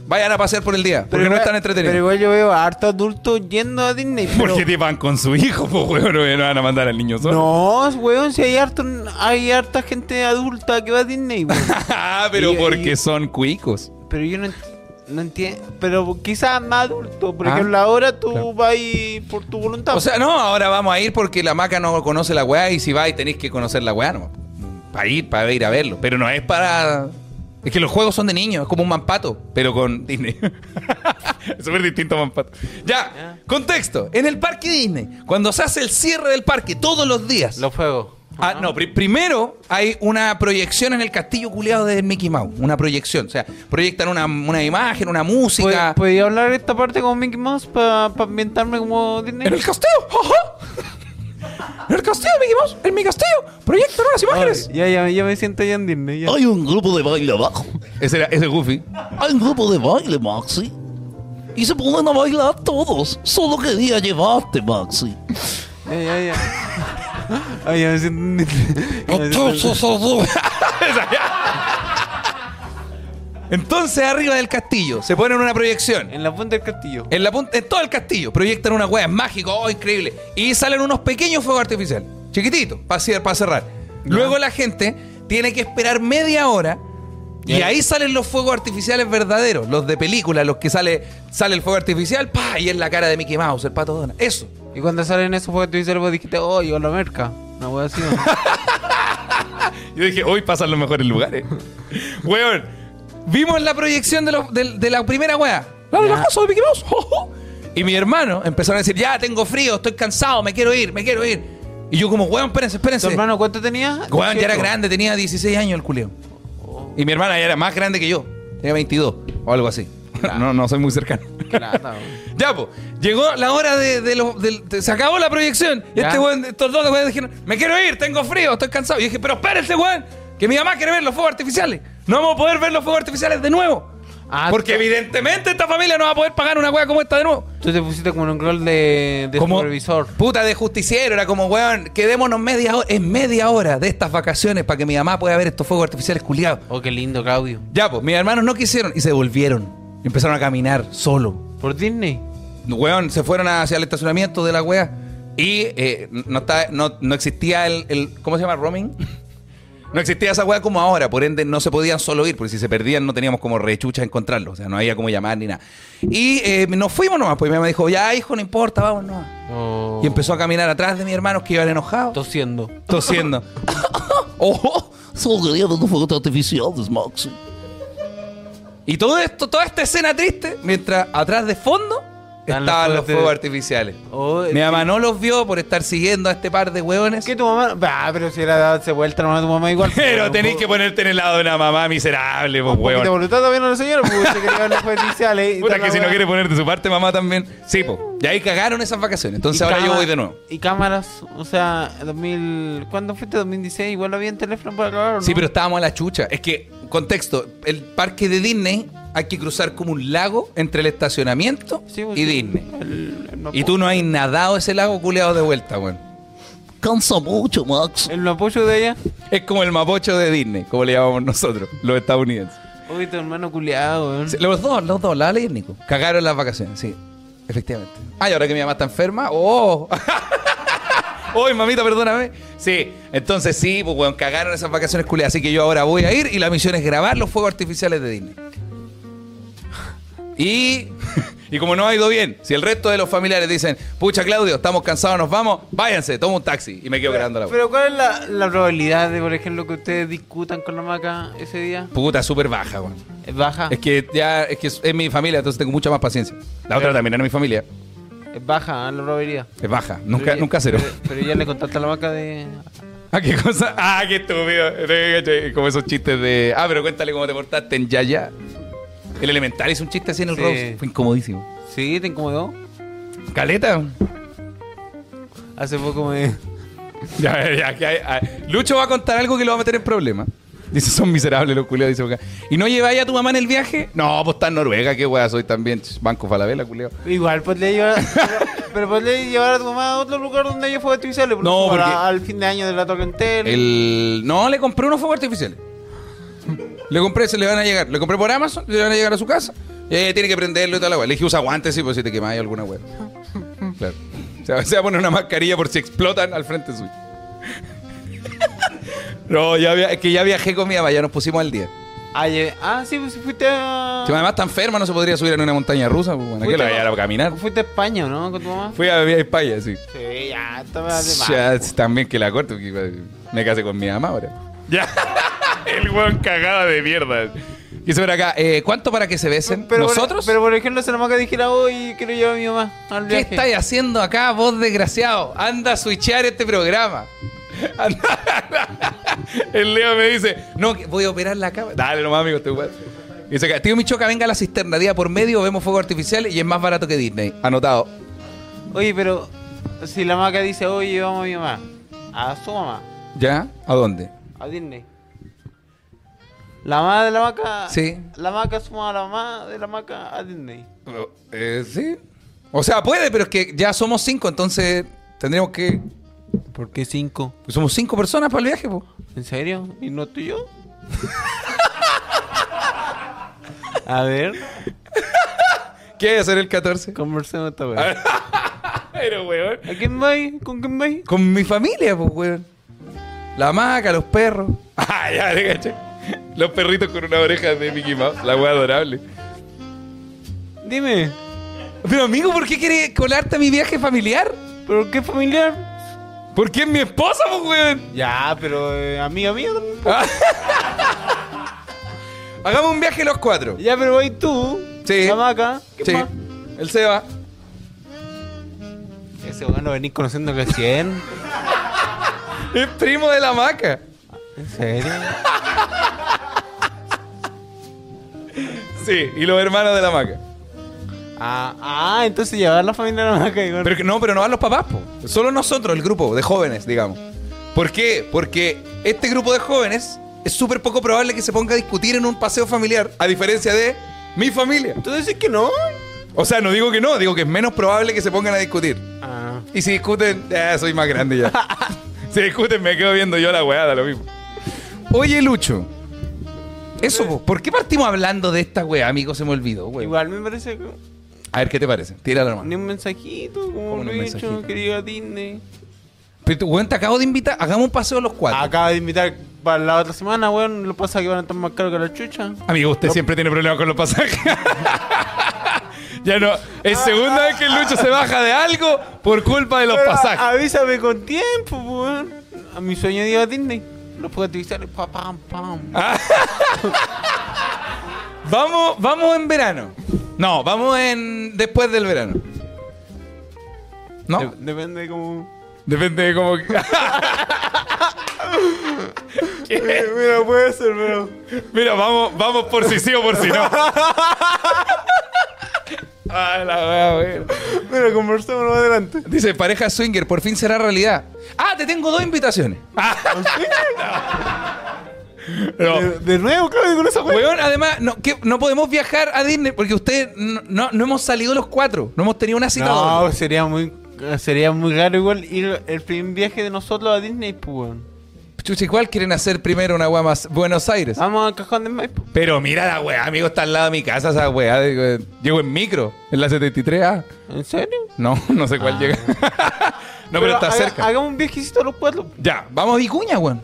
vayan a pasear por el día, porque no
igual-
es tan entretenido.
Pero igual yo veo a harto adulto yendo a Disney. Pero...
¿Por qué te van con su hijo, pues, weón? No van a mandar al niño solo.
No, weón, si hay, harto, hay harta gente adulta que va a Disney, weón.
Ah, pero
Y-
porque
y-
son cuicos.
Pero yo no, ent- no entiendo. Pero quizás más adulto. Por
Ah,
ejemplo, ahora tú
claro.
vas por tu voluntad.
O sea, no, ahora vamos a ir porque la maca no conoce la weá y si vais tenéis que conocer la weá, no. Para ir, para ir a verlo. Pero no es para. Es que los juegos son de niños, es como un mampato, pero con Disney. Es Súper distinto a mampato. Ya,
Ya.
contexto. En el parque Disney, cuando se hace el cierre del parque todos los días.
los fuegos.
Ah, no, pri- primero hay una proyección en el castillo culiado de Mickey Mouse. Una proyección. O sea, proyectan una, una imagen, una música.
¿Pod- ¿Podría ah, hablar esta parte con Mickey Mouse para ambientarme como Disney?
¡En el castillo! ¡Ajá! ¡En el castillo, Mickey Mouse! ¡En mi castillo! ¡Proyectan unas imágenes!
Ay, ya, ya, ya me siento ya en Disney. ya.
Hay un grupo de baile abajo.
Ese era ese Goofy.
Hay un grupo de baile, Maxi. Y se ponen a bailar todos. Solo quería llevarte, Maxi.
Ya, ya, ya. Ay, ya me siento en Disney. Ya me siento en-
Esa ya. Entonces, arriba del castillo, se ponen una proyección.
En la punta del castillo.
En, la punta, en todo el castillo proyectan una hueá, es mágico, oh, increíble. Y salen unos pequeños fuegos artificiales, chiquititos, para cerrar. Luego la gente tiene que esperar media hora y ahí salen los fuegos artificiales verdaderos, los de película, los que sale, sale el fuego artificial, pa, y es la cara de Mickey Mouse, el pato Donald. Eso.
Y cuando salen esos juegos, tú dices algo, dijiste, oh, yo la merca. Una wea así. ¿no?
Yo dije, hoy pasan los mejores lugares. eh". Weón, vimos la proyección de, los- del- de la primera wea. La de la
Ya.
casa de Mickey Mouse. Y mi hermano empezaron a decir, ya tengo frío, estoy cansado, me quiero ir, me quiero ir. Y yo como, weón, espérense,
¿Tu
espérense.
hermano cuánto tenía?
Weón, ya era
18.
grande, tenía 16 años el culeo. Y mi hermana ya era más grande que yo. Tenía 22 o algo así. No, no soy muy cercano.
Qué lata, weón.
Ya, pues, llegó la hora de, de los- del- de- se acabó la proyección. Y
Ya.
este weón, estos dos weones dijeron, me quiero ir, tengo frío, estoy cansado. Y dije, pero espérense, weón, que mi mamá quiere ver los fuegos artificiales. No vamos a poder ver los fuegos artificiales de nuevo.
Ah,
porque
tú-
evidentemente esta familia no va a poder pagar una weá como esta de nuevo.
Tú te pusiste como en un rol de, de
como
supervisor.
puta de justiciero, era como, weón, quedémonos media hora, es media hora de estas vacaciones para que mi mamá pueda ver estos fuegos artificiales culiados.
Oh, qué lindo, Claudio.
Ya, pues, mis hermanos no quisieron y se volvieron. Empezaron a caminar solo.
Por Disney.
Weón, se fueron hacia el estacionamiento de la wea. Y eh, no, está, no, no existía el, el- ¿Cómo se llama? ¿Roaming? No existía esa wea como ahora. Por ende, no se podían solo ir. Porque si se perdían, no teníamos como rechucha encontrarlo. O sea, no había como llamar ni nada. Y eh, nos fuimos nomás. Pues mi mamá dijo, ya, hijo, no importa, vamos nomás.
Oh.
Y empezó a caminar atrás de mis hermanos que iban enojados,
tosiendo.
tosiendo.
Oh, solo quería ver los fuegos artificiales, Maxi.
Y todo esto, toda esta escena triste, mientras atrás de fondo
Están los
estaban los
fuegos de-
fuegos artificiales.
Oh,
Mi mamá no los vio por estar siguiendo a este par de hueones.
¿Qué tu mamá? Bah, pero si era darse vuelta, hermano, tu mamá igual.
Pero
Un
tenéis
po-
que ponerte en el lado de una mamá miserable, pues,
Un poquito de
hueón.
voluntad también a la señora, porque usted quería ver los juegos iniciales. y
Puta,
toda la
que si no
wea.
quiere poner de su parte mamá también. Sí, pues. Y ahí cagaron esas vacaciones. Entonces
Y
ahora yo
cámara-
voy de nuevo.
Y cámaras, o sea, 2000. ¿Cuándo fuiste? 2016, igual había en teléfono para grabar, ¿o ¿no?
Sí, pero estábamos a la chucha. Es que, contexto, el parque de Disney hay que cruzar como un lago entre el estacionamiento
Sí, pues,
y
sí.
Disney.
El- el
Y
Mapocho.
tú no has nadado ese lago culeado de vuelta, weón.
Cansa mucho, Maxi.
El apoyo de ella.
Es como el mapocho de Disney, como le llamamos nosotros, los estadounidenses.
Uy, tu hermano culiado, weón.
Sí, Los dos, los dos, la Ale y el Nico. Cagaron las vacaciones, sí. Efectivamente. Ay, ahora que mi mamá está enferma. ¡Oh! ¡Uy, mamita, perdóname! Sí, entonces sí, pues weón, cagaron esas vacaciones culiadas. Así que yo ahora voy a ir y la misión es grabar los fuegos artificiales de Disney. Y, y como no ha ido bien, si el resto de los familiares dicen, pucha Claudio, estamos cansados, nos vamos, váyanse, toma un taxi. Y me quedo grabando la
Pero ¿cuál es la, la probabilidad de, por ejemplo, que ustedes discutan con la maca ese día?
Puta, súper baja, weón.
¿Es baja?
Es que ya, es que es, es mi familia, entonces tengo mucha más paciencia. La otra también era mi familia.
Es baja ¿eh? la probabilidad.
Es baja, nunca,
Pero ya-
nunca cero.
Pero, pero ya le contaste a la maca de...
¿Ah, qué cosa? Ah, qué estúpido. Como esos chistes de. Ah, pero cuéntale cómo te portaste en Yaya. El elemental hizo un chiste así en el
Sí.
Rose. Fue incomodísimo.
Sí, te incomodó.
Caleta.
Hace poco me...
Ya, ya, que hay- hay- Lucho va a contar algo que lo va a meter en problema. Dice, son miserables los culeados. Dice, por acá. ¿y no lleváis a tu mamá en el viaje? No, pues está en Noruega, qué wea soy también. Ch, Banco Falabella, culeado.
Igual podría llevar... pero- pero pues, podría llevar a tu mamá a otro lugar donde ella fue a utilizarle. por
No,
ejemplo,
porque-
Al fin de año de la torrentera.
El... No, le compré unos fuegos artificiales. Le compré, se le van a llegar. Le compré por Amazon, le van a llegar a su casa. Y ella tiene que prenderlo y toda la weá. Le dije, usa guantes, sí, por si te quemáis alguna weá. Claro. Se va, se va a poner una mascarilla por si explotan al frente suyo. No, ya via- es que ya viajé con mi mamá, ya nos pusimos al día.
Ah, lle- ah, sí, pues fuiste a...
Si mi mamá está enferma, no se podría subir en una montaña rusa. Pues, bueno, ¿qué
Fuiste
la voy a llevar a caminar?
Fuiste a España, ¿no? Con tu mamá.
Fui a vivir a España, sí.
Sí, ya, estaba de más.
Ya, también que la corte, porque me casé con mi mamá ahora. Ya, el weón cagada de mierda. Y sobre acá, eh, ¿cuánto para que se besen?
Pero por-
¿Nosotros?
pero por ejemplo, se la maca dijera, hoy quiero llevar a mi mamá al
¿Qué
viaje.
estáis haciendo acá, vos desgraciado? Anda a switchear este programa. Anda. El Leo me dice, no, que voy a operar la cámara. Dale nomás, amigo, este weón. Y dice acá, tío Michoca, venga a la cisterna, día por medio, vemos fuego artificial y es más barato que Disney. Anotado.
Oye, pero si la maca dice, oye, llevamos a mi mamá, a su mamá,
¿Ya? ¿A dónde?
a Disney. La mamá de la maca.
Sí.
La maca suma a la mamá de la maca a Disney.
Eh, sí. O sea, puede, pero es que ya somos cinco, entonces tendríamos que. pues
¿Por qué cinco?
Somos cinco personas para el viaje, po.
¿En serio? ¿Y no tú y yo? A ver,
¿Qué es en el 14?
conversemos esta weá.
Pero, weón.
¿A quién vais? ¿Con quién vais?
Con mi familia, pues, weón. La maca, los perros. Ah, ya, te caché. Los perritos con una oreja de Mickey Mouse. La weá adorable.
Dime,
Pero, amigo, ¿por qué quieres colarte a mi viaje familiar?
¿pero qué familiar?
¿Por qué es mi esposa, pues, weón?
Ya, pero eh, amiga mía también. po.
Hagamos un viaje los cuatro.
Ya, pero vais tú.
Sí.
La maca. ¿Qué
Sí.
más?
El Seba.
Ese weón lo venís conociendo recién.
Es primo de la maca.
¿En serio?
Sí, y los hermanos de la maca.
Ah, ah, entonces llevar la familia a la maca igual.
Pero que- no, pero no van los papás, po. solo nosotros, el grupo de jóvenes, digamos. ¿Por qué? Porque este grupo de jóvenes es súper poco probable que se ponga a discutir en un paseo familiar, a diferencia de mi familia.
¿Tú dices que no?
O sea, no digo que no, digo que es menos probable que se pongan a discutir.
Ah.
Y si discuten, ya soy más grande ya. si discuten, me quedo viendo yo la weada, lo mismo. Oye, Lucho. Eso, po, ¿por qué partimos hablando de esta weá, amigo? Se me olvidó, weón.
Igual me parece que
A ver, ¿qué te parece? Tírala, hermano.
ni un mensajito,
Como
como
un
lo he hecho,
mensajito.
querido Disney.
Pero, tú, weón, te acabo de invitar. Hagamos un paseo los cuatro.
Acaba de invitar para la otra semana, weón. Lo pasa que van a estar más caros que la chucha.
Amigo, usted siempre tiene problemas con los pasajes. ya no. Es segunda vez que el Lucho se baja de algo por culpa de los
Pero
pasajes.
Avísame con tiempo, weón. A mi sueño de ir a Disney. Lo puedo utilizar. Pa, pam, pam.
Ah. Vamos, vamos en verano. No, vamos en después del verano.
Dep-
No,
depende de cómo.
depende de cómo.
Mira, puede ser, pero.
Mira, vamos, vamos por si sí o por si no. Ah, la wea, wea.
Mira, conversemos más adelante.
Dice, pareja swinger, por fin será realidad. Ah, te tengo dos invitaciones. No.
De, de nuevo, Claudio, con esa weón.
Weón, además, no, que, no podemos viajar a Disney porque ustedes no, no, no hemos salido los cuatro. No hemos tenido una cita
No,
doble.
sería muy. Sería muy raro igual ir el primer viaje de nosotros a Disney, pues, weón.
Chucha, ¿y ¿cuál quieren hacer primero una weá más? Buenos Aires.
Vamos al cajón de Maipo.
Pero mira la weá, amigo, está al lado de mi casa esa weá. de- de- Llego en micro, en la 73A.
¿En serio?
No, no sé
Ah.
cuál llega. no, pero, está
haga-
cerca.
Hagamos un viajecito a los cuatro.
Ya, vamos a Vicuña, weón.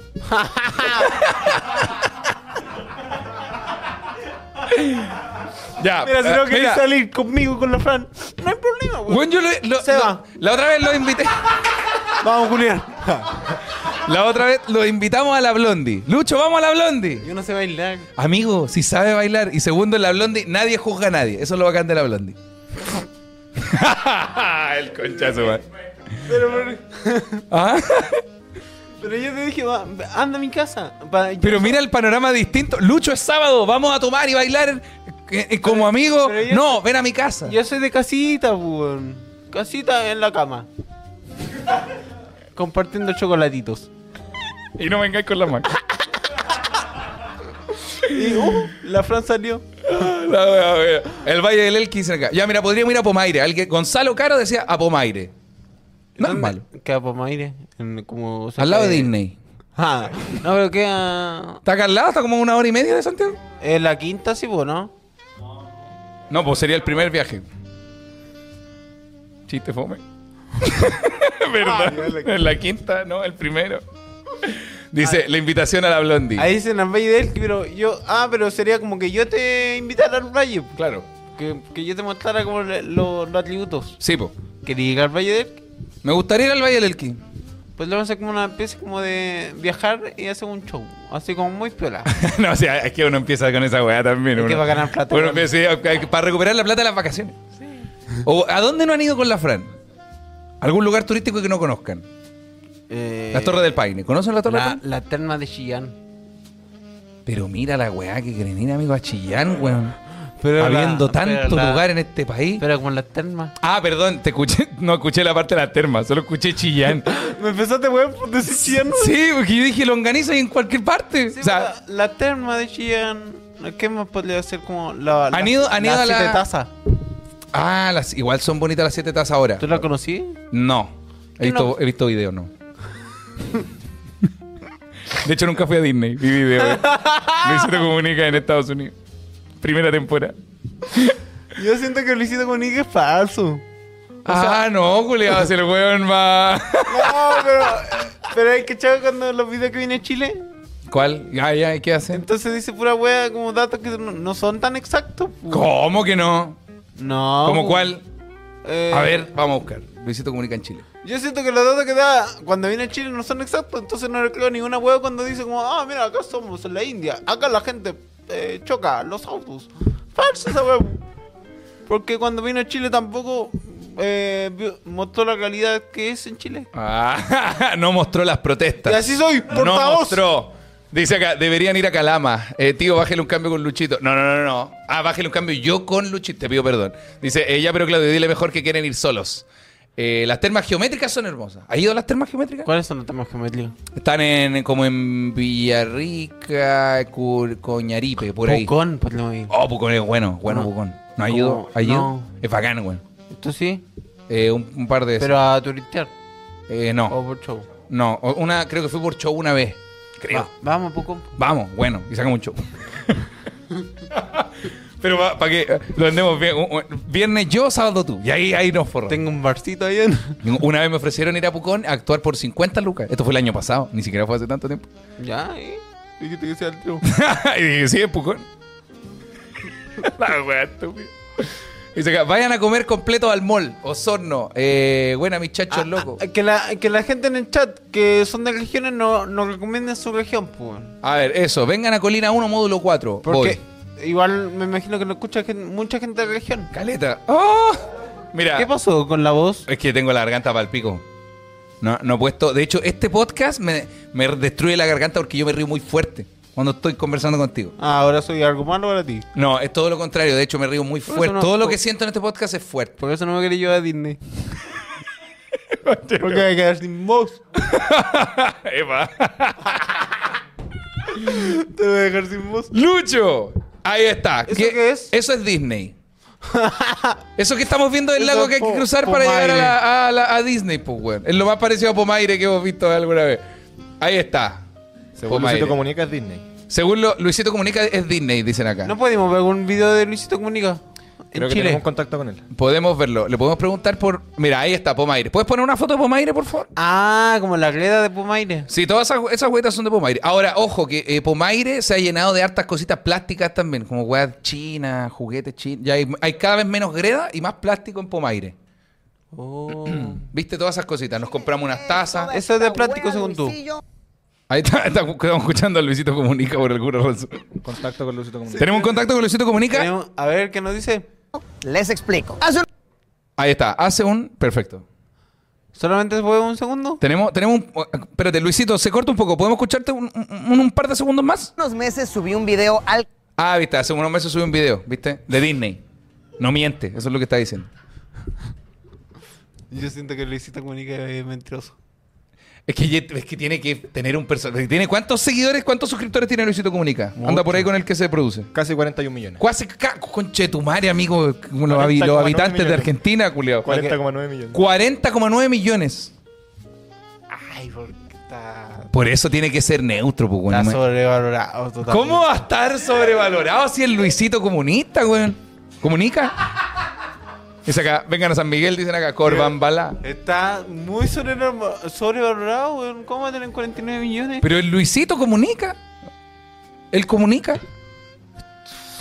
ya,
Mira, si
eh,
no querés
mira,
salir conmigo y con la Fran, no hay problema, weón.
weón, yo lo- lo-
Se
lo-
va.
la otra vez lo invité.
Vamos, Julián.
La otra vez lo invitamos a la Blondie. Lucho, vamos a la Blondie.
Yo no sé bailar.
Amigo, si sabe bailar y segundo en la Blondie, nadie juzga a nadie. Eso es lo bacán de la Blondie. El conchazo, man.
Pero, pero,
¿Ah?
pero yo te dije, va, anda a mi casa. pa- yo-
Pero mira el panorama distinto. Lucho es sábado, vamos a tomar y bailar eh, eh, como amigo.
pero yo-
no, ven a mi casa.
yo soy de casita, weón. Casita en la cama. Compartiendo chocolatitos.
Y no vengáis con la mano.
Y, uh, la Fran salió.
La wea, wea. El Valle del Elqui cerca. Ya, mira, podríamos ir a Pomaire. Alguien- Gonzalo Caro decía a Pomaire. No es
¿Dónde? Eh,
malo.
Queda para Maire. en- como, cerca
Al lado de
de-
Disney.
Ah, no, pero queda.
¿Está acá al lado? ¿Está como una hora y media de Santiago?
En la quinta, sí, pues, ¿no?
No, pues sería el primer viaje. Chiste fome.
Ah,
¿Verdad? en la quinta, no, el primero. Dice, la invitación a la blondie.
Ah. Ahí dicen al Valle del Elqui, pero yo. Ah, pero sería como que yo te invitara al Valle.
Claro.
Que, que yo te mostrara como le- lo- los atributos.
Sí, po.
¿Quería ir al Valle del Elqui?
Me gustaría ir al Valle del Elqui.
Pues lo vamos a hacer como una especie como de viajar y hacer un show. Así como muy piola.
no, o sea, es que uno empieza con esa weá también.
Es
uno.
que va a ganar plata.
Bueno,
weón.
sí, hay que- para recuperar la plata de las vacaciones. O, ¿A dónde no han ido con la Fran? ¿Algún lugar turístico que no conozcan?
Eh,
La Torre del Paine. ¿Conocen la Torre del
la,
Paine?
la terma de Chillán.
Pero mira la weá que quieren ir, amigo, a Chillán, weón.
Pero
Habiendo
la-
tanto
pero la-
lugar en este país.
Pero como la terma.
Ah, perdón, te escuché, no escuché la parte de la terma, solo escuché Chillán.
Me empezaste, weón, por decir Chillán.
sí, porque yo dije longaniza y en cualquier parte. o sea,
pues, la, la terma de Chillán. ¿Qué más podría hacer como la. la
¿Han ido- han ido a la-
siete tazas?
ah, las, igual son bonitas las siete tazas ahora.
¿Tú la conocí?
No. He
¿Qué no?
visto, he visto videos, no. De hecho, nunca fui a Disney. Vi videos. Luisito Comunica en Estados Unidos.
Primera temporada.
Yo siento que Luisito Comunica es falso.
ah, no, culiado, si el weón más.
No, pero. Pero hay que chavo cuando los videos que viene a Chile.
¿Cuál? Ah, ya, ¿y qué hacen?
Entonces dice pura wea como datos que no, no son tan exactos. pu.
¿Cómo que no?
No.
¿Cómo
pu.
cuál?
Eh,
A ver, vamos a buscar. Luisito Comunica en Chile.
Yo siento que los datos que da cuando viene a Chile no son exactos, entonces no le creo ninguna hueá cuando dice como, ah, mira, acá somos en la India, acá la gente eh, choca los autos. Falso esa hueá. Porque cuando vino a Chile tampoco eh, vi- mostró la calidad que es en Chile.
Ah, no mostró las protestas.
Y así soy,
No
portavoz.
mostró. Dice acá, deberían ir a Calama. Eh, tío, bájale un cambio con Luchito. No, no, no, no. Ah, bájale un cambio yo con Luchito. Te pido perdón. Dice, ella, pero Claudio, dile mejor que quieren ir solos. Eh, las termas geométricas son hermosas. ¿Has ido a las termas geométricas?
¿Cuáles son los temas que me
Están en, como en Villarrica, Cur- Coñaripe, por ahí.
Pucón, pues lo vi.
Oh, Pucón es bueno, bueno,
No.
Pucón. ¿No ha
Como-
ido? ¿Ha ido?
no.
Es bacán, güey.
Tú sí,
Eh, un, un par de...
pero a turistear
Eh, no.
o Oh, por show.
No, o- una, creo que fue por show una vez. Creo.
Va- vamos, Pucón.
Vamos, bueno, y sacamos un show. Pero para que eh, lo andemos bien. un- un- Viernes yo, sábado tú. Y ahí, ahí nos forramos.
Tengo un barcito ahí en...
Una vez me ofrecieron ir a Pucón a actuar por 50 lucas. Esto fue el año pasado, ni siquiera fue hace tanto tiempo.
Ya, ¿eh? Ah, Dijiste que sea el tío.
y dije, sí, es Pucón. La wea estúpida. Dice acá, vayan a comer completo al mall, Osorno. Eh, buena, mis chachos locos.
Ah, que, la, que la gente en el chat que son de regiones no, no recomienden su región, pues. weón.
A ver, eso, vengan a Colina 1, módulo 4.
Porque
Voy.
igual me imagino que no escucha gen- mucha gente de la región.
Caleta. ¡Ah! Mira.
¿Qué pasó con la voz?
Es que tengo la garganta para el pico. No, no he puesto. De hecho, este podcast me, me destruye la garganta porque yo me río muy fuerte cuando estoy conversando contigo.
Ah, ahora soy algo malo para ti.
No, es todo lo contrario. De hecho, me río muy
Por eso
fuerte.
no-
todo lo
por-
que siento en este podcast es fuerte.
Por eso no me quería llevar a Disney. Porque voy a quedar sin voz. Te voy a dejar sin voz.
¡Lucho! Ahí está.
¿Eso qué es?
Eso es Disney. Eso que estamos viendo es el
Eso
lago
es
que hay que
Po-
cruzar para llegar
Pomaire.
a, la- a la- a Disney, pues, weón. Es lo más parecido a Pomaire que hemos visto alguna vez. Ahí está.
Según
Pomaire.
Luisito Comunica es Disney.
Según lo- Luisito Comunica, es Disney, dicen acá.
¿No pudimos ver algún video de Luisito Comunica?
Creo
en
que tenemos
Chile.
un contacto con él.
Podemos verlo. Le podemos preguntar por. Mira, ahí está, Pomaire. ¿Puedes poner una foto de Pomaire, por favor?
Ah, como la greda de Pumaire.
Sí, todas esas, esas huetas son de Pomaire. Ahora, ojo, que eh, Pomaire se ha llenado de hartas cositas plásticas también, como hueas chinas, juguetes chinos. Ya hay, hay cada vez menos greda y más plástico en Pomaire.
Oh.
¿Viste todas esas cositas? Nos compramos unas tazas.
Eso es de plástico, según tú.
Ahí está, está- estamos escuchando a Luisito Comunica por alguna razón.
Contacto con Luisito Comunica.
¿Tenemos un contacto con Luisito Comunica?
Tenemos- a ver, ¿qué nos dice?
Les explico. Hace un-
Ahí está, hace un. Perfecto.
¿Solamente fue un segundo?
Tenemos, tenemos un. eh, Espérate, Luisito, se corta un poco. ¿Podemos escucharte un- un- un par de segundos más?
unos meses subí un video al
Ah, viste, hace unos meses subí un video, ¿viste? De Disney. No miente, eso es lo que está diciendo.
Yo siento que Luisito Comunica es mentiroso.
Es que, ye- es que tiene que tener un personaje. ¿Tiene cuántos seguidores, cuántos suscriptores tiene Luisito Comunica? Anda por ahí con el que se produce.
Casi 41 millones.
Cuasi, ca- conchetumare, amigo, como los, habi- los
40,9
habitantes de
millones.
Argentina, culiao.
40,9 millones.
40,9 millones.
Ay, porque está.
Por eso tiene que ser neutro, pues,
Está
weón.
sobrevalorado totalmente.
¿Cómo va a estar sobrevalorado si el Luisito comunista, weón? ¿Comunica? Dice acá, vengan a San Miguel, dicen acá, Corban Bala.
Está muy sobreva- sobrevalorado, weón. ¿Cómo va a tener 49 millones?
Pero el Luisito comunica. Él comunica.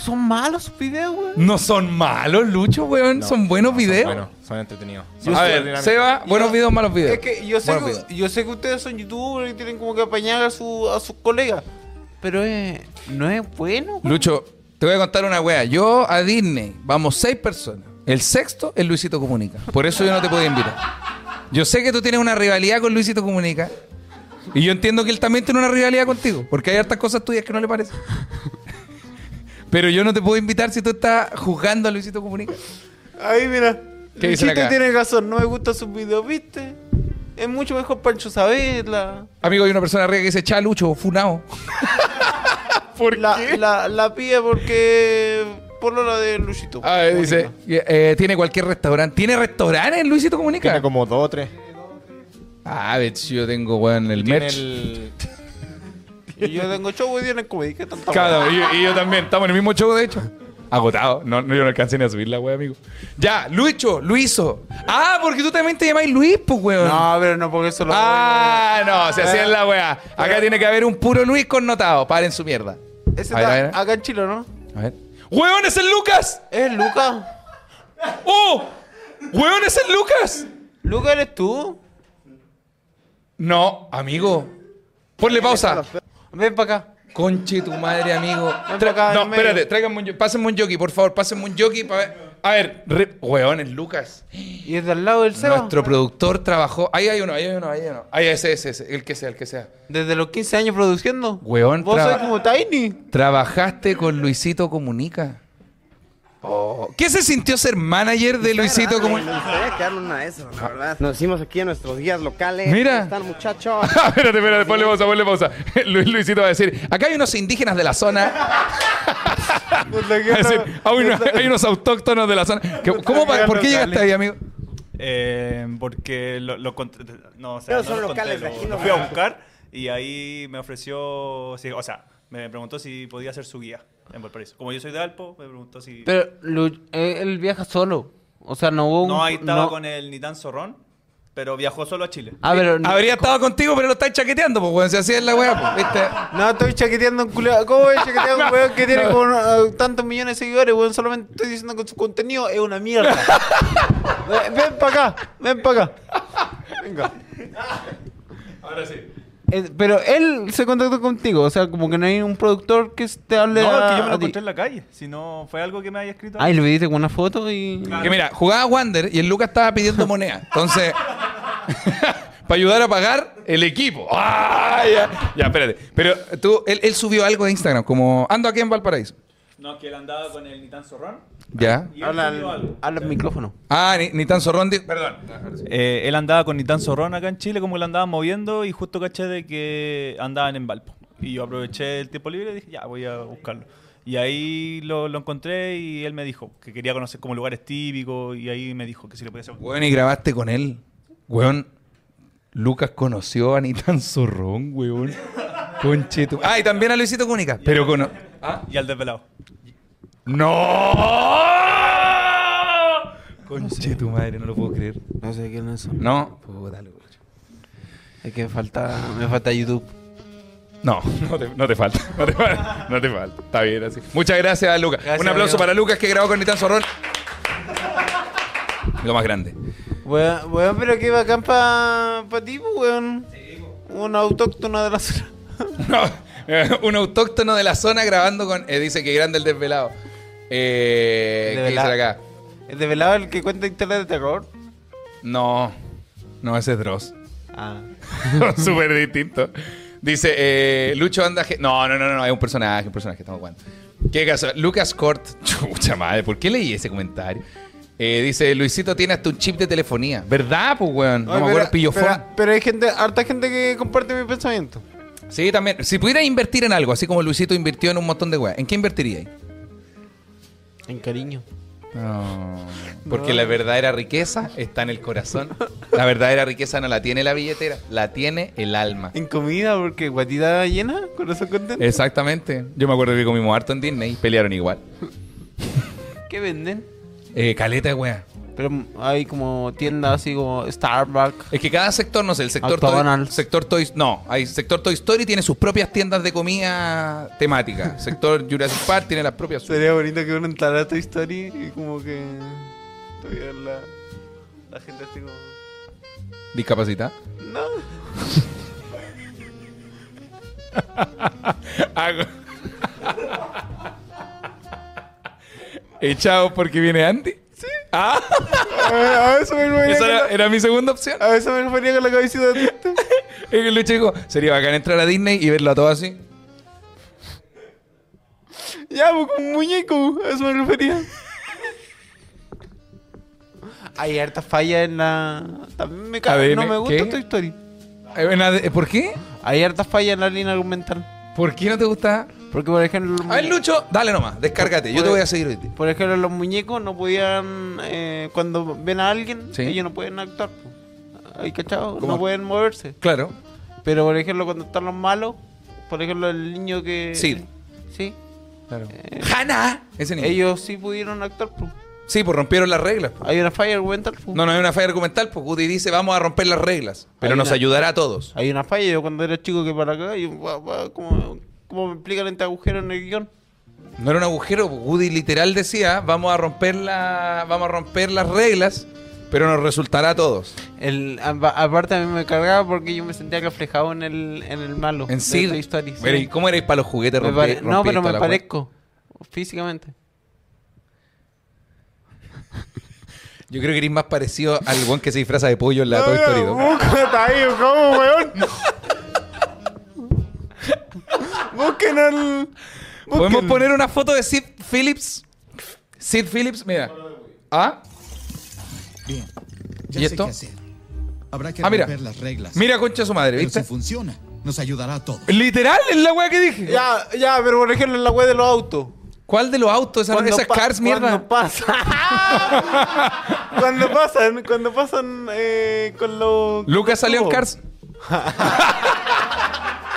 Son malos sus videos, weón.
No son malos, Lucho, weón.
No,
son buenos
no,
videos.
Son buenos, son entretenidos. Son
A ver,
dinámicos.
Seba, buenos
Yo-
videos, malos videos.
Es que yo sé,
Buenos videos.
que, yo sé que ustedes son youtubers y tienen como que apañar a, su, a sus colegas. Pero eh, no es bueno, weón.
Lucho, te voy a contar una wea. Yo a Disney vamos seis personas. El sexto es Luisito Comunica. Por eso yo no te podía invitar. Yo sé que tú tienes una rivalidad con Luisito Comunica. Y yo entiendo que él también tiene una rivalidad contigo. Porque hay hartas cosas tuyas que no le parecen. Pero yo no te puedo invitar si tú estás juzgando a Luisito Comunica.
Ahí, mira.
¿Qué dicen
Luisito
acá?
tiene razón, no me gustan sus videos, ¿viste? Es mucho mejor Pancho Sabela.
Amigo, hay una persona arriba que dice, cha, Lucho, funao.
la, La, la pía porque. Por lo de Luchito.
A ver, Ah, dice, eh, tiene cualquier restaurante. ¿Tiene restaurantes Luisito Comunica?
Tiene como dos o tres.
Ah, bitch, yo tengo, weón, el
Tiene
merch.
el-
Y yo tengo show hoy día en el comedy. ¿Qué tanta
Claro, y, y yo también. Estamos en el mismo show, de hecho. Agotado. No, no, yo no alcancé ni a subir la wea, amigo. Ya, Lucho, Luiso. Ah, porque tú también te llamás Luis, pues, weón.
No, pero no, porque eso lo.
Ah, no, se hacían la weá. Acá
Pero-
tiene que haber un puro Luis connotado. Paren su mierda.
Ese
A ver,
está
a ver.
acá en Chile, ¿no?
A ver. ¡Weón, es el Lucas!
¿Es Luca?
¡Oh! ¡Weón, es el Lucas!
¿Luca eres tú?
No, amigo. Ponle pausa.
Ven para acá.
Conche tu madre, amigo.
Ven
Tra-
acá,
no,
en medio.
espérate, tráiganme un yo- Pásenme un jockey, por favor. Pásenme un jockey para ver. A ver, re- weón, es Lucas.
¿Y es de al lado del Seba?
Nuestro productor trabajó. Ahí hay uno, ahí hay uno, ahí hay uno. Ahí ese, ese, ese. El que sea, el que sea.
Desde los 15 años produciendo.
Weón,
Vos
traba-
sois como Tiny.
¿Trabajaste con Luisito Comunica? Oh, ¿Qué se sintió ser manager de Luisito Comunica?
Me gustaría quedarme una de esas, la verdad. Nos hicimos aquí en nuestros días locales.
Mira.
¿Cómo están, muchachos?
espérate, espérate, ponle pausa, ponle pausa. Luis Luisito va a decir, acá hay unos indígenas de la zona. Va a decir, "Ah, bueno, hay unos autóctonos de la zona. ¿Qué- ¿Cómo, pa- ¿Por qué llegaste ahí, amigo?
Eh, porque lo, lo cont- no, o sea,
Pero
no
son
lo
locales
conté,
de aquí,
lo-
no
lo fui a
van.
buscar y ahí me ofreció, sí, o sea, me preguntó si podía ser su guía en Valparaíso. Como yo soy de Alpo, me preguntó si
Pero Lu- eh, él viaja solo. O sea, no hubo un.
no ahí estaba
no-
con el Nitán Zorrón, pero viajó solo a Chile.
Ah, pero. No,
Habría estado contigo, pero lo estáis chaqueteando, pues, weón. Si así es la weá, pues, ¿viste?
no, estoy chaqueteando un culiao. ¿Cómo voy a chaquetear a un weón que tiene
No.
como eh, tantos millones de seguidores, weón? Solamente estoy diciendo que su contenido es una mierda. Ve- ven para acá, ven para acá. Venga.
Ahora sí.
Eh, pero él se contactó contigo, o sea, como que no hay un productor que te hable.
No, es que yo
a
me lo
ti.
encontré en la calle, si no fue algo que me haya escrito.
Ah, y le pediste con una foto y.
Ah,
Que mira, jugaba Wander y el Lucas estaba pidiendo moneda. Entonces, para ayudar a pagar el equipo. ¡Ah, ya! Ya, espérate. Pero tú, él, él subió algo de Instagram, como ando aquí en Valparaíso.
No, que él andaba con el Nitán Zorrón.
Ya.
y él
Habla
subió
al,
algo.
habla al micrófono.
Ah, ni, ni tan zorrón. di- Perdón.
Eh, él andaba con Nitán Zorrón acá en Chile, como que lo andaban moviendo, y justo caché de que andaban en Valpo. Y yo aproveché el tiempo libre y dije, ya, voy a buscarlo. Y ahí lo, lo encontré y él me dijo que quería conocer como lugares típicos, y ahí me dijo que si le podía hacer un...
Weón, y grabaste con él. Weón, Lucas conoció a Nitan Zorrón, weón. Concheto. Ah, y también a Luisito Cúnica. Pero con. ¿Ah?
Y al desvelado.
¡No! Concheto, madre, no lo puedo creer.
No sé quién es.
No. Puta, Lucho.
Es que falta, me falta YouTube.
No, no te, no te falta. No te falta. No te falta. Está bien así. Muchas gracias, Lucas.
Gracias,
Un aplauso
amigo.
para Lucas que grabó con Nitan Zorrón. Lo más grande.
Weón, weón, pero qué bacán pa, pa ti, pues, weón.
pues.
Un autóctono de la zona.
No, eh, un autóctono de la zona grabando con. eh, dice que grande el desvelado. Eh, ¿Qué
Desvelado.
dicen acá?
¿Es de velado el que cuenta historias de terror?
No, no, ese es Dross.
Ah.
Súper distinto. Dice, eh, Lucho anda. ge- No, no, no, no, es un personaje, un personaje, estamos jugando. ¿Qué caso? Lucas Cort. Chucha madre, ¿por qué leí ese comentario? Eh, dice, Luisito tiene hasta un chip de telefonía. ¿Verdad, pues, weón? No
Oye,
me
pero-
acuerdo, pillofón.
Pero, pero hay gente, harta gente que comparte mi pensamiento.
Sí, también. Si pudiera invertir en algo, así como Luisito invirtió en un montón de weas, ¿en qué invertiría?
En cariño.
No, Porque la verdadera riqueza está en el corazón. La verdadera riqueza no la tiene la billetera, la tiene el alma.
En comida, porque guatita llena, corazón contento.
Eh. Exactamente. Yo me acuerdo que comimos harto en Disney, pelearon igual.
¿Qué venden?
Eh, caleta de wea.
Pero hay como tiendas así como Starbucks.
Es que cada sector, no sé, el sector toy,
McDonald's.
sector toy, no, hay sector Toy Story tiene sus propias tiendas de comida temática. sector Jurassic Park tiene las propias. suyas.
Sería bonito que uno entrara a Toy Story y como que tuviera la, la gente así como...
Discapacidad.
No.
Hago. Echado Eh, porque viene Andy. Sí. Ah,
A eso me lo
esa era, era mi segunda opción.
A veces me lo ponía con la cabecita de triste.
Es que Lucho dijo, sería bacán entrar a Disney y verlo a todo así.
Ya, pues, como un muñeco. A eso me refería. Hay harta falla en la. También me cago.
ADN,
No me gusta
¿qué?
Toy Story.
Eh, en AD- ¿Por qué?
Hay harta falla en la línea argumental.
¿Por qué no te gusta?
Porque, por ejemplo. los
A ver,
muñe-
Lucho, dale nomás, descárgate. Yo te voy a seguir hoy día.
Por ejemplo, los muñecos no podían. eh, cuando ven a alguien,
Sí.
ellos no pueden actuar. pues. Ay, cachado.
¿Cómo?
No pueden moverse.
Claro.
Pero, por ejemplo, cuando están los malos. Por ejemplo, el niño que.
Sid.
Sí.
¡Hana! Ese niño.
Ellos sí pudieron actuar. pu.
Sí, pues rompieron las reglas.
Hay una falla argumental. pu.
No, no hay una falla argumental, pues Woody dice vamos a romper las reglas, pero
Hay
nos
una-
ayudará a todos.
Hay una falla. Yo cuando era chico que para acá, yo, guau, guau, ¿cómo, cómo me explican este agujero en el guión?
No era un agujero, pues, Woody literal decía vamos a romper la, vamos a romper las reglas, pero nos resultará a todos.
El, a- aparte a mí me cargaba porque yo me sentía reflejado en el, en el malo.
En
Oh, de
sí,
Toy Story, sí.
Pero, ¿y ¿cómo erais para los juguetes?
Me
Rompí-
pare- No,
rompí
pero
toda
me
la wea?
parezco físicamente.
Yo creo que eres más parecido al buen que se disfraza de pollo en la Toy Story 2.
Está ahí, ¿cómo, weón? Busquen al.
¿Podemos poner una foto de Sid Phillips? Sid Phillips, mira. ¿Ah?
Ya
¿Y
sé
esto?
qué hacer. Habrá que
Ah, mira.
romper las reglas.
Mira, concha su madre,
Pero
¿viste?
si funciona, nos ayudará a todos.
Literal es la weá que dije.
Ya, ya, pero por ejemplo en la web de los autos.
¿Cuál de los autos? Esas,
Cuando
esas
pa-
cars, mierda.
Cuando pasa. cuando pasan, cuando pasan eh, con los.
Lucas
con
salió
los
en
tubos.
cars.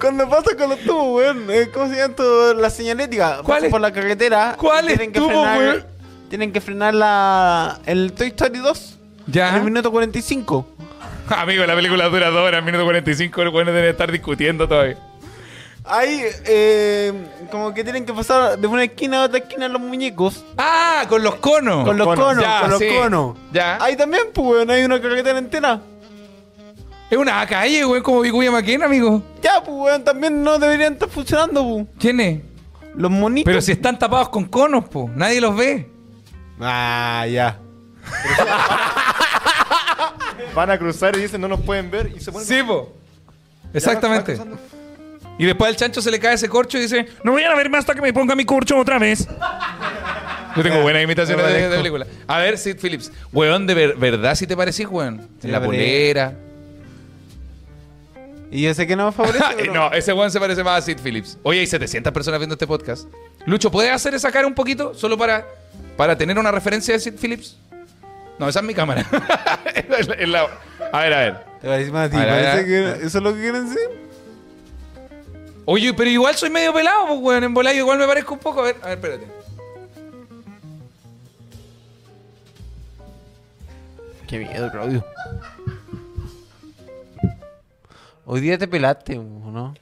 Cuando pasan con los tubos, weón. eh, ¿Cómo se llama esto? La señalética.
¿Cuál
Pasan
es?
por la carretera.
¿Cuál
y
es tubo,
frenar,
weón?
Tienen que frenar la. El Toy Story 2. En
Ya.
el minuto 45.
Amigo, la película dura 2 horas, minuto 45, el bueno debe estar discutiendo todavía.
Ahí, eh, como que tienen que pasar de una esquina a otra esquina los muñecos.
Ah, con los conos.
Con los conos,
Ya,
con los
sí.
conos.
Ya.
Ahí también, pues, weón, hay una carretera entera.
Es una calle, güey, como Vicuña Maquena, amigo.
Ya, pues, weón, también no deberían estar funcionando, pues.
¿Quién es?
Los monitos.
Pero si están tapados con conos, po. Nadie los ve.
Ah, ya.
Van a cruzar y dicen no nos pueden ver y se ponen.
Sí, po. Exactamente. Y después al chancho se le cae ese corcho y dice, no voy a ver más hasta que me ponga mi corcho otra vez. Yo tengo buenas imitaciones de, de película. A ver, Sid Phillips. Weón, de ver- verdad si te parecís, weón. En la
parezco.
polera.
Y yo sé que no me favorece,
Eh,
pero...
no, ese weón se parece más a Sid Phillips. Oye, hay 700 personas viendo este podcast. Lucho, ¿puedes hacer esa cara un poquito? Solo para, para tener una referencia de Sid Phillips. No, esa es mi cámara. Es la- es la- a ver, a ver.
Te parece más a ti,
A ver, a ver,
parece
a
que- ¿Eso es lo que quieren decir?
Oye, pero igual soy medio pelado, pues, weón. En volar yo igual me parezco un poco. A ver, a ver, espérate.
Qué miedo, Claudio. Hoy día te pelaste, ¿no?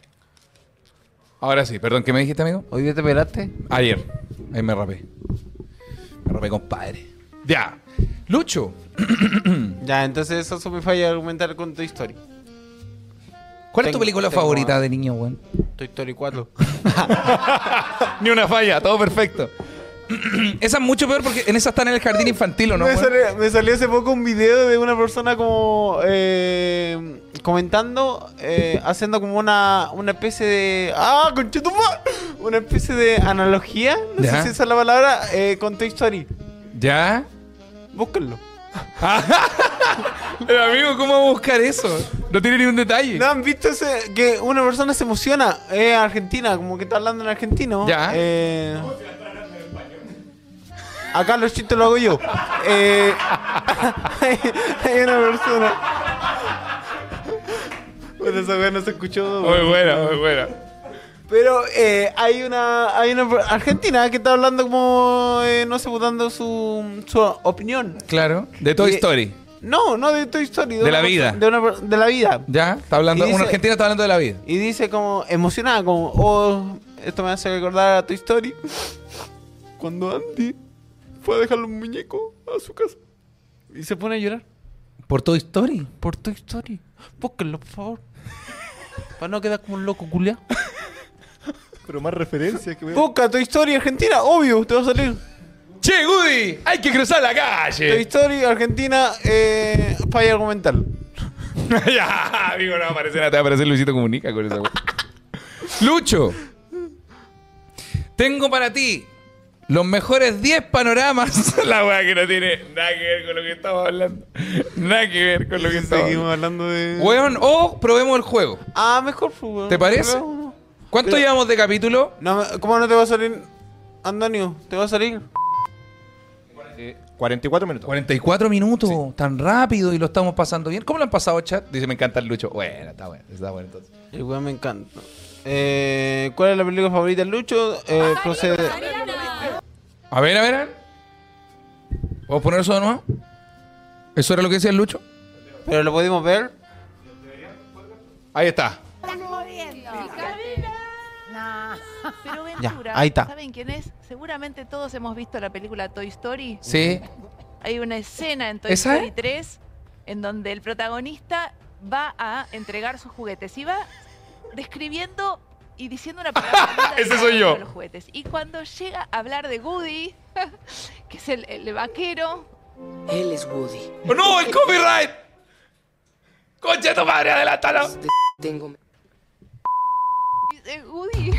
Ahora sí, perdón, ¿qué me dijiste, amigo?
Hoy día te pelaste.
Ayer. Ahí me rapé. Me rapé, compadre. Ya. Lucho,
Ya, entonces esa es mi falla argumentar con Toy Story.
¿cuál es tu
Tengo-
película
tengo-
favorita de niño, weón?
Toy Story 4.
Ni una falla, todo perfecto. esa es mucho peor porque en esa están en el jardín infantil, ¿o no?
me,
weón?
salió, me salió hace poco un video de una persona como eh, comentando, eh, haciendo como una, una especie de... ¡Ah, conchetumá! Una especie de analogía, no
Ya.
sé si esa es la palabra, eh, con Toy Story.
¿Ya?
Búsquenlo.
Pero amigo, ¿cómo va a buscar eso? No tiene ni un detalle.
¿No han visto ese, que una persona se emociona? Eh, Argentina, como que está hablando en argentino.
Ya.
Eh, acá los chistes los hago yo. Eh, hay una persona. Bueno, esa weá no se escuchó. weón.
buena, muy buena.
Pero eh, hay una hay una per- argentina que está hablando como, eh, no sé, pues, dando su, su opinión.
Claro. De Toy
Y-
Story.
No, no de Toy Story.
De la
una
vida.
perso- De, una per- de la vida.
¿Ya? Está hablando,
Y dice-
una argentina está hablando de la vida.
Y dice como emocionada, como, oh, esto me hace recordar a Toy Story. Cuando Andy fue a dejar los muñecos a su casa. Y se pone a llorar.
¿Por Toy Story?
Por Toy Story. Búsquenlo, por favor. Para no quedar como un loco culiao.
Pero más referencias que weón.
Busca Toy Story Argentina, obvio, te va a salir.
Che, Woody, hay que cruzar la
Toy
calle.
Story Argentina, eh, falla argumental.
ya, amigo, no va a aparecer, te va a aparecer Luisito Comunica con esa wea. Lucho, tengo para ti los mejores 10 panoramas. la weá que no tiene nada que ver con lo que estamos hablando. Nada que ver con lo que estamos hablando.
hablando de...
Weón, o probemos el juego.
Ah, mejor fútbol.
¿Te parece? ¿Cuánto
Pero-
llevamos de capítulo?
No, ¿Cómo no te va a salir, Antonio? ¿Te va a salir?
44 minutos.
44 minutos, tan rápido y lo estamos pasando bien. ¿Cómo lo han pasado, chat? Dice, me encanta el Lucho. Bueno, está bueno, está bueno entonces.
El weón me encanta. Eh, ¿Cuál es la película favorita de Lucho? Eh, procede.
A ver, a ver, a ver. ¿Puedo poner eso de nuevo? ¿Eso era lo que decía el Lucho?
¿Pero lo pudimos ver?
Ahí está. Ah,
Pero
Ya,
Ventura,
ahí está.
¿saben quién es? Seguramente todos hemos visto la película Toy Story.
Sí.
Hay una escena en Toy
¿Esa
Story
es?
3 en donde el protagonista va a entregar sus juguetes y va describiendo y diciendo una palabra.
Ese soy yo.
Los juguetes. Y cuando llega a hablar de Woody, que es el, el vaquero,
Él es Woody.
¡Oh, ¡No! ¡El copyright! ¡Conche tu madre! ¡Adelántalo!
Tengo.
dice, Woody,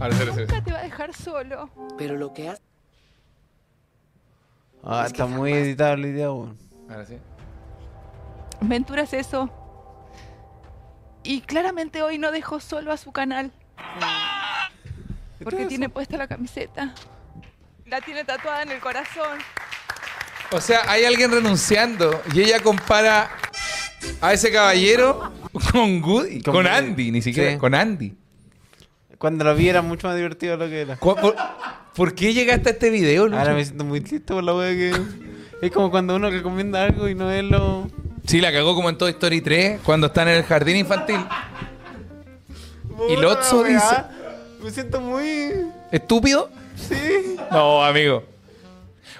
Ahora, espera, espera.
nunca te va a dejar solo.
Pero lo que hace.
Ah,
Es que
está muy editada la idea, weón.
Ahora sí.
Ventura es eso. Y claramente hoy no dejó solo a su canal. Porque tiene puesta la camiseta. La tiene tatuada en el corazón.
O sea, hay alguien renunciando y ella compara a ese caballero con Woody. Con,
Con Woody.
Andy, ni siquiera.
Sí.
Con Andy.
Cuando la vi era mucho más divertido de lo que era.
Cu- ¿Por, por qué llegaste a este video, Lucho?
Ahora me siento muy triste por la wea que. Es como cuando uno recomienda algo y no es lo.
Sí, la cagó como en Toy Story 3 cuando están en el jardín infantil. Y Lotso
Puta la
dice-
weá. Me siento muy.
¿Estúpido?
Sí.
No, amigo.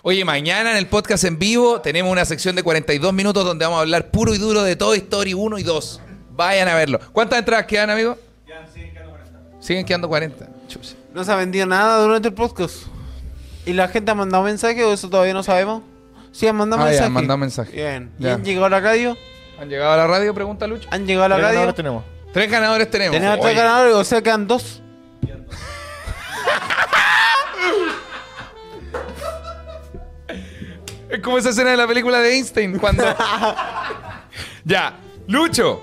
Oye, mañana en el podcast en vivo tenemos una sección de 42 minutos donde vamos a hablar puro y duro de Toy Story 1 y 2. Vayan a verlo. ¿Cuántas entradas quedan, amigo? siguen quedando 40. Siguen quedando 40. Chucha.
No se ha vendido nada durante el podcast. ¿Y la gente ha mandado mensaje o eso todavía no sabemos? Sí, han mandado
Ah, ya,
mensaje.
han mandado mensaje.
Bien. ¿Y
Ya.
han llegado a la radio?
¿Han llegado a la radio? Pregunta Lucho.
¿Han llegado a la
Tres
radio?
ganadores tenemos.
Tres ganadores tenemos.
Tenemos tres
Oye,
ganadores, o sea quedan dos.
Es como esa escena de la película de Einstein cuando. ya. Lucho.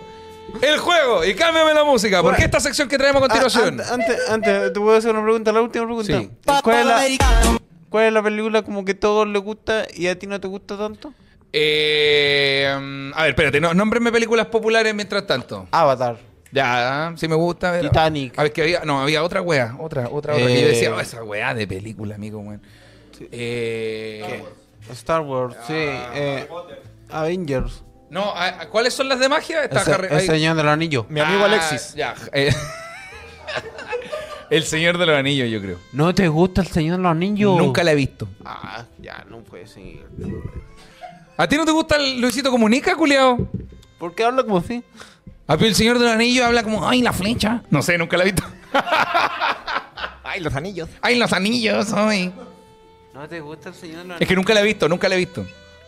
El juego. Y cámbiame la música. Porque esta sección que traemos a continuación.
Ah, ante- antes, antes, te puedo hacer una pregunta, la última pregunta.
Sí.
¿Cuál, es la, cuál es la película como que a todos les gusta y a ti no te gusta tanto?
Eh, mm, a ver, espérate. No, nómbrenme películas populares mientras tanto.
Avatar.
Ya, si me gusta. a ver.
Titanic.
A ver, que había. No, había otra wea. Otra, otra, otra. Que yo
Eh.
decía, "Oh, esa wea de película, amigo, weón. Eh,
Star Wars, sí. eh, Avengers.
no, a- a- ¿cuáles son las de magia? Está
el, se-
Harry-
el
ahí.
Señor del Anillo.
Mi amigo
Ah,
Alexis.
Ya. eh. el señor de los anillos, yo creo.
¿No te gusta el Señor de los Anillos?
Nunca la he visto.
Ah, ya, no puede seguir.
¿A ti no te gusta el Luisito Comunica, culiao?
¿Por qué habla como así?
A mí el señor de los anillos habla como, ay, la flecha. No sé, nunca la he visto.
Ay, los anillos.
ay, los anillos, ay.
¿No te gusta el Señor de los
Es que nunca la he visto, nunca la he visto.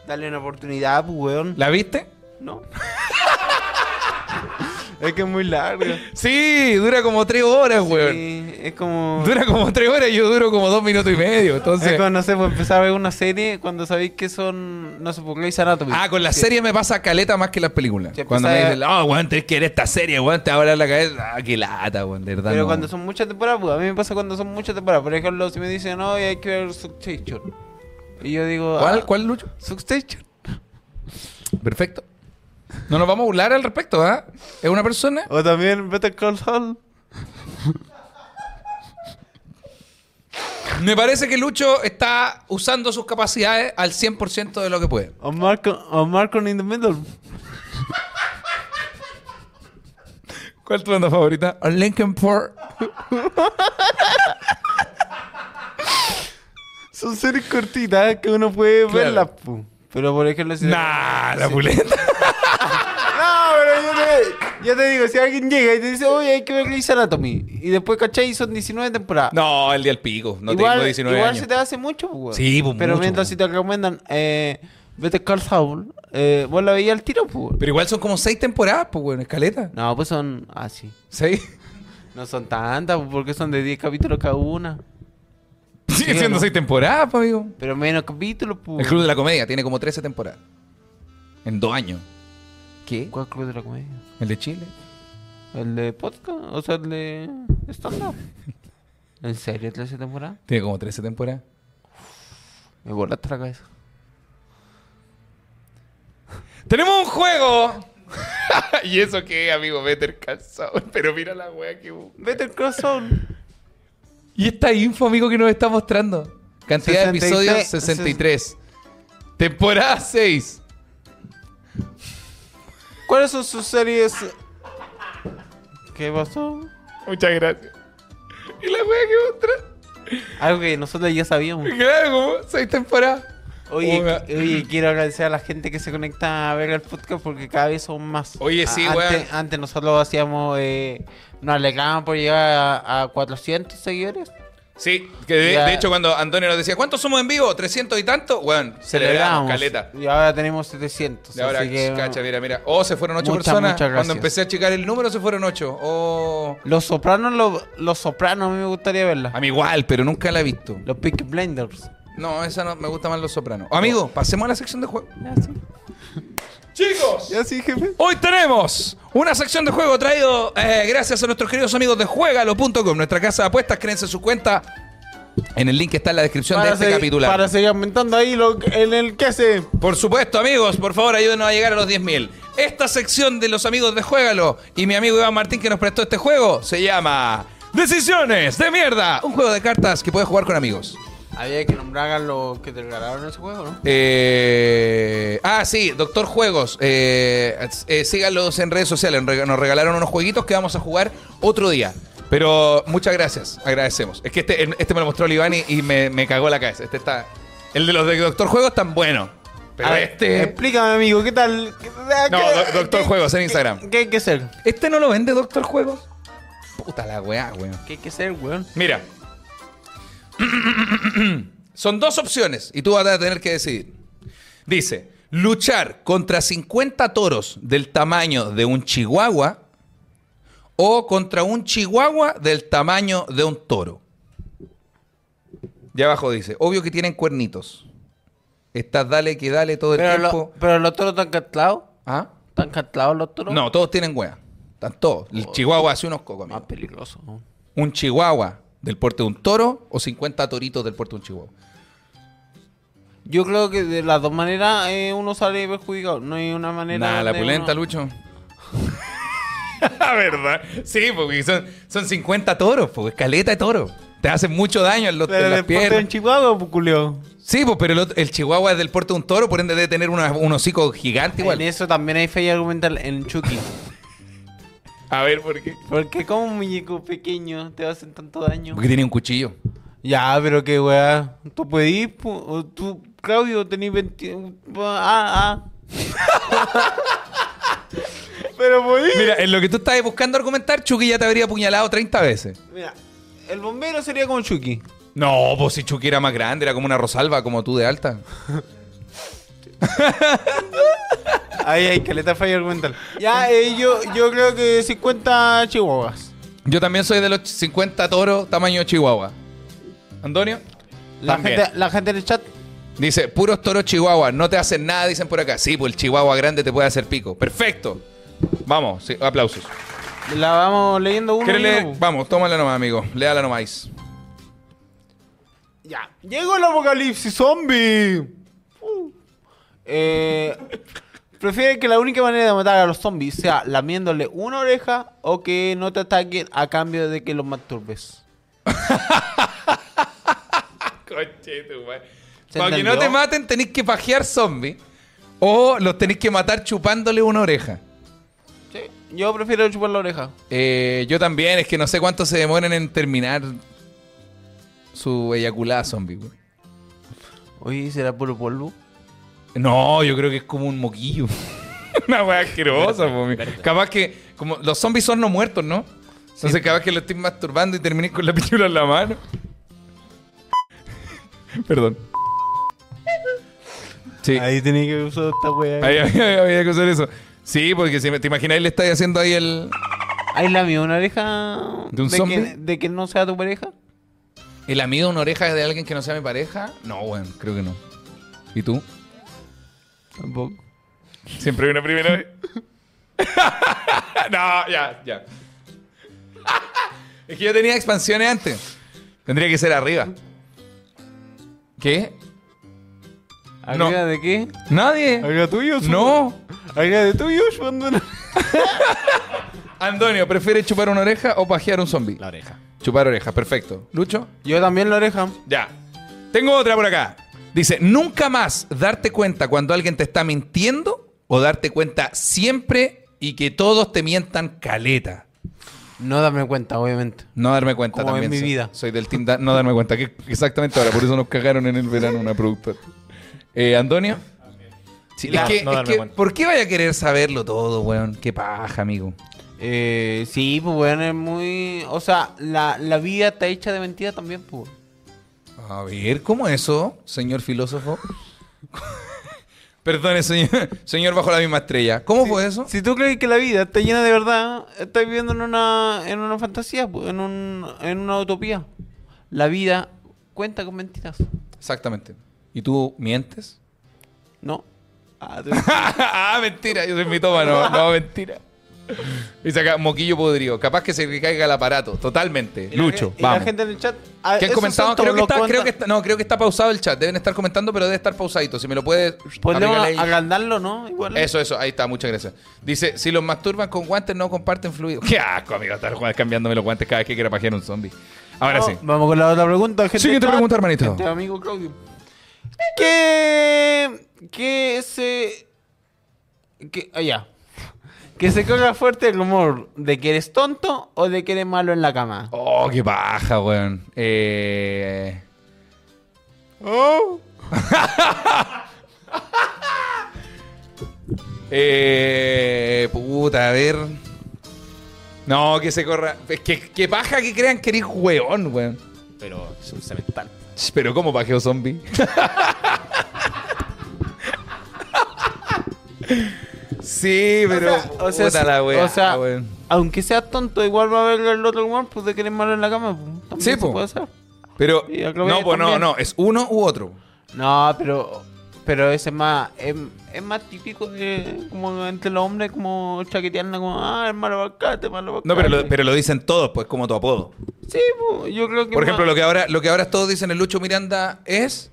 Dale una oportunidad, pues, weón.
¿La viste?
No. es que es muy largo.
Sí, dura como tres horas, weón.
Sí, es como.
Dura como tres horas y yo duro como dos minutos y medio.
Es
Entonces.
como, no sé, pues empezar a ver una serie cuando sabéis que son. No sé, por Grey's Anatomy.
Ah, con las series me pasa caleta más que las películas.
Sí,
cuando me
pues,
dicen, oh, weón, tenés que ver esta serie, weón, te va a volar la cabeza. Ah, qué lata, weón, de verdad.
Pero
no.
cuando son muchas temporadas, pues a mí me pasa cuando son muchas temporadas. Por ejemplo, si me dicen, no, hay que ver Succession. Y yo digo,
¿Cuál,
ah,
cuál, Lucho?
Succession.
Perfecto. No nos vamos a burlar al respecto, ¿ah? Es una persona
O también Better Call Saul.
Me parece que Lucho está usando sus capacidades al 100% de lo que puede.
O Marco, o Marco in the Middle.
¿Cuál es tu banda favorita? Linkin Park.
Son series cortitas que uno puede
Claro.
verlas, pu. Pero por ejemplo, si.
Nah, la pulenta.
No, pero yo te, yo te digo, si alguien llega y te dice, oye, hay que ver Grey's Anatomy. Y después, ¿cachai? Son 19 temporadas.
No, el día del pico. No
igual,
tengo 19
igual
años.
se te hace mucho, pues, weón.
Sí, pues,
Pero
mucho,
mientras
pues.
si te recomiendan, eh, vete Carl Saul, eh, vos la veías al tiro, pues. weón.
Pero igual son como seis temporadas, pues, weón, escaleta.
No, pues son así.
¿Seis?
No son tantas, pues, porque son de 10 capítulos cada una.
Sigue
Sí,
siendo
¿no?
seis temporadas, pues, amigo.
Pero menos capítulos, pues.
El Club de la Comedia tiene como 13 temporadas. En dos años. ¿Qué?
¿Cuál club de la comedia?
¿El de Chile?
¿El de podcast? O sea, el de stand-up. ¿En serio, 13 temporadas?
Tiene como 13 temporadas.
Me volaste la cabeza.
Tenemos un juego. y eso que, amigo, Better Call Saul. Pero mira la wea que... bu-
Better Call Saul.
Y esta info, amigo, que nos está mostrando. Cantidad de
63.
episodios, 63. Temporada 6.
¿Cuáles son sus series? ¿Qué pasó?
Muchas gracias. Y la wea que mostró.
Algo que nosotros ya sabíamos.
Claro, como seis temporadas.
Oye, eh,
Oiga.
oye, quiero agradecer a la gente que se conecta a ver el podcast porque cada vez son más.
Oye, sí,
A-
weón.
antes, antes nosotros hacíamos, eh, nos alegraban por llegar a, a 400 seguidores.
Sí, que de,
Ya.
de hecho cuando Antonio nos decía, ¿cuántos somos en vivo? ¿300 y tanto? Bueno, celebramos, caleta.
Y ahora tenemos 700.
Y ahora,
así que,
cacha, mira, mira. Oh, se fueron ocho
Muchas,
personas.
muchas
Cuando
gracias.
empecé a checar el número se fueron ocho. Oh.
mm, Los sopranos, los, los sopranos, a mí me gustaría
A
verla.
mí igual, pero nunca la he visto.
Los Peaky Blinders.
No, esa no, me gusta más Los Sopranos. Amigo, pasemos a la sección de juego. Chicos,
Ya sí, jefe.
hoy tenemos una sección de juego traído eh, gracias a nuestros queridos amigos de Juegalo.com, nuestra casa de apuestas. Créense su cuenta en el link que está en la descripción de
Para,
este
seguir-
capitular.
para seguir aumentando ahí lo, en el que se.
Por supuesto, amigos, por favor, ayúdenos a llegar a los 10.000. Esta sección de los amigos de Juégalo y mi amigo Iván Martín que nos prestó este juego se llama Decisiones de mierda, un juego de cartas que puedes jugar con amigos.
Había que nombrar a los que te regalaron ese juego, ¿no?
Eh, ah, sí, Doctor Juegos. eh, eh, síganlos en redes sociales. Nos rega- Nos regalaron unos jueguitos que vamos a jugar otro día. Pero muchas gracias, agradecemos. Es que este, este me lo mostró el Iván y, y me, me cagó la cabeza. Este está. El de los de Doctor Juegos tan bueno. Pero
A ver,
este.
Explícame, amigo, ¿qué tal? ¿Qué-
No,
qué-
doc- Doctor
qué-
Juegos en
qué-
Instagram.
¿Qué hay que ser?
¿Este no lo vende Doctor Juegos? Puta la weá, weón.
¿Qué hay que ser, weón?
Mira. Son dos opciones y tú vas a tener que decidir. Dice, luchar contra 50 toros del tamaño de un chihuahua o contra un chihuahua del tamaño de un toro. Y abajo dice, obvio que tienen cuernitos. Estás dale que dale todo el
Pero, lo-
tiempo.
pero los toros están cantlados.
¿Ah?
¿Están cantlados los toros?
No, todos tienen wea. Están todos. El chihuahua hace unos cocos, amigo.
Más Ah, peligroso. ¿no?
un chihuahua del porte de un toro o 50 toritos del porte de un chihuahua.
Yo creo que de las dos maneras eh, uno sale perjudicado. No hay una manera.
Nada, la
donde
pulenta,
uno-
Lucho. La verdad. Sí, porque son, son 50 toros, porque caleta de toro. Te hacen mucho daño en, los, en
Pero
las
después en
piernas.
Chihuahua, pues, culio.
Sí, pues, pero el, otro- el chihuahua es del porte de un toro, por ende debe tener una- un hocico gigante igual.
En eso también hay falla argumental en Chucky.
A ver, ¿por qué?
Porque como un muñeco pequeño te hacen tanto daño.
Porque tiene un cuchillo.
Ya, pero qué weá. Tú podís, pu- o tú, Claudio, tenés 20. Ah, ah. pero podís.
Mira, en lo que tú estabas buscando argumentar, Chucky ya te habría apuñalado 30 veces.
Mira, el bombero sería como Chucky.
No, pues si Chucky era más grande, era como una Rosalba, como tú de alta.
Ahí hay caleta falla argumental. Ya, eh, yo, yo creo que 50 chihuahuas.
Yo también soy de los 50 toros tamaño chihuahua. Antonio.
La
También.
gente, la gente en el chat.
Dice, puros toros chihuahua, no te hacen nada, dicen por acá. Sí, pues el chihuahua grande te puede hacer pico. Perfecto. Vamos, sí, aplausos.
La vamos leyendo uno.
¿Quieres
y uno,
leer?
pu.
Vamos, tómala nomás, amigo. Léala nomás.
Ya. Llegó el apocalipsis zombie. Uh. Eh, prefiere que la única manera de matar a los zombies sea lamiéndole una oreja o que no te ataquen a cambio de que los masturbes.
Coche, tu
¿Se
Para que no
entendió?
te maten, tenés que pajear zombies. O los tenés que matar chupándole una oreja.
Sí, Yo prefiero chupar la oreja.
Eh, yo también, es que no sé cuánto se demoran en terminar su eyaculada zombie. güey.
Oye, ¿será puro polvo?
No, yo creo que es como un moquillo. Una wea asquerosa, po, mi. Capaz que, como los zombies son no muertos, ¿no? Entonces, capaz que lo estoy masturbando y terminé con la pichula en la mano. Perdón. Sí. Ahí,
Ahí tenía que usar esta wea. Ahí,
había- había, había que usar eso. Sí, porque si me- te imaginas, le estáis haciendo ahí el,
lamió una oreja.
¿De un
que-
zombie?
de que no sea tu pareja.
el amigo de una oreja de alguien que no sea mi pareja. No, bueno, creo que no. ¿Y tú?
Tampoco.
Siempre hay una primera vez. no, ya, ya. es que yo tenía expansiones antes. Tendría que ser arriba. ¿Qué?
¿Arriba de qué?
Nadie.
¿Arriba tuyo?
No.
Acá de tú, Josh, cuando no-
Antonio, ¿prefiere chupar una oreja o pajear un zombie?
La oreja.
Chupar oreja, perfecto. ¿Lucho?
Yo también la oreja.
Ya. Tengo otra por acá. Dice, nunca más darte cuenta cuando alguien te está mintiendo o darte cuenta siempre y que todos te mientan caleta.
No dame cuenta, obviamente.
No darme cuenta
Como en
también.
mi
soy-
vida.
Soy del team da- no darme cuenta. que exactamente ahora. Por eso nos cagaron en el verano una productora. Eh, ¿Antonio? Sí,
No,
es que,
no
es
darme
que,
cuenta.
¿por qué vaya a querer saberlo todo, weón? Qué paja, amigo.
Eh, sí, pues bueno, es muy. O sea, la, la vida está hecha de mentiras también, pues.
A ver, ¿cómo eso, señor filósofo? Perdone, señor, señor bajo la misma estrella. ¿Cómo fue eso?
Si tú crees que la vida está llena de verdad, estás viviendo en una, en una fantasía, pues, en, un, en una utopía. La vida cuenta con mentiras,
Exactamente. ¿Y tú mientes?
¿no? Ah, tú-
ah, mentira, yo soy mitómano. No, mentira. Y saca moquillo podrido. Capaz que se le caiga el aparato. Totalmente. Lucho,
y
vamos.
la gente en el chat. ah,
¿Qué han comentado? Creo que, está, creo que está- no, creo que está pausado el chat. Deben estar comentando, pero debe estar pausadito. Si me lo puedes
Podemos
aplicar ahí.
agrandarlo, ¿no? Igual.
Eso, eso, ahí está, muchas gracias. Dice, si los masturban con guantes no comparten fluido. Qué asco, amigo, estar jugando- cambiándome los guantes cada vez que quiera pajear un zombie. Ahora sí.
No, Vamos con la otra pregunta. gente.
Siguiente
Ah,
pregunta, hermanito.
este amigo Claudio. ¿Qué. ¿Qué se. ¿Qué. ah, ya. Que se coja fuerte el rumor de que eres tonto o de que eres malo en la cama.
Oh, qué baja, weón. Eh... Oh. eh... Puta, a ver. No, que se corra. Es que, que paja que crean que eres weón, weón.
Pero es un cemental.
Ch, Pero ¿cómo pajeo zombie? sí, pero...
o sea,
puta
sí,
la weá,
o sea,
weón.
aunque seas tonto, igual va a haber el otro rumor pues, de que eres malo en la cama. pues, también
Sí,
se
po.
puede hacer.
Pero...
y a Claudia
No, pues no,
también.
no. Es uno u otro.
No, pero. Pero ese es más. Es, es más típico de. Como entre los hombres, como chaquetearla, como. Ah, es malo bacate, malo bacate.
No, pero lo, pero lo dicen todos, pues, como tu apodo.
Sí, po, yo creo que.
Por ejemplo,
más-
lo que ahora, lo que ahora todos dicen el Lucho Miranda es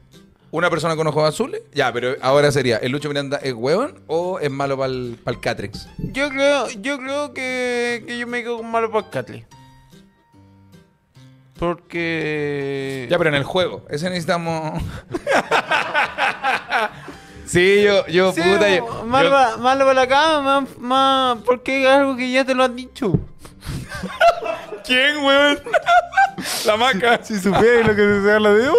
una persona con ojos azules. Ya, pero ahora sería, ¿el Lucho Miranda es huevón o es malo para el Catrix?
Yo creo, yo creo que, que yo me quedo con malo Catli. Porque.
Ya, pero en el juego. Ese necesitamos. sí, yo, yo,
Sí,
puta. yo-
po,
yo-
malo, pa- malo para la cama, más, más- Porque es algo que ya te lo han dicho.
¿Quién, huevón? La maca.
Si supieras lo que se habla de uh,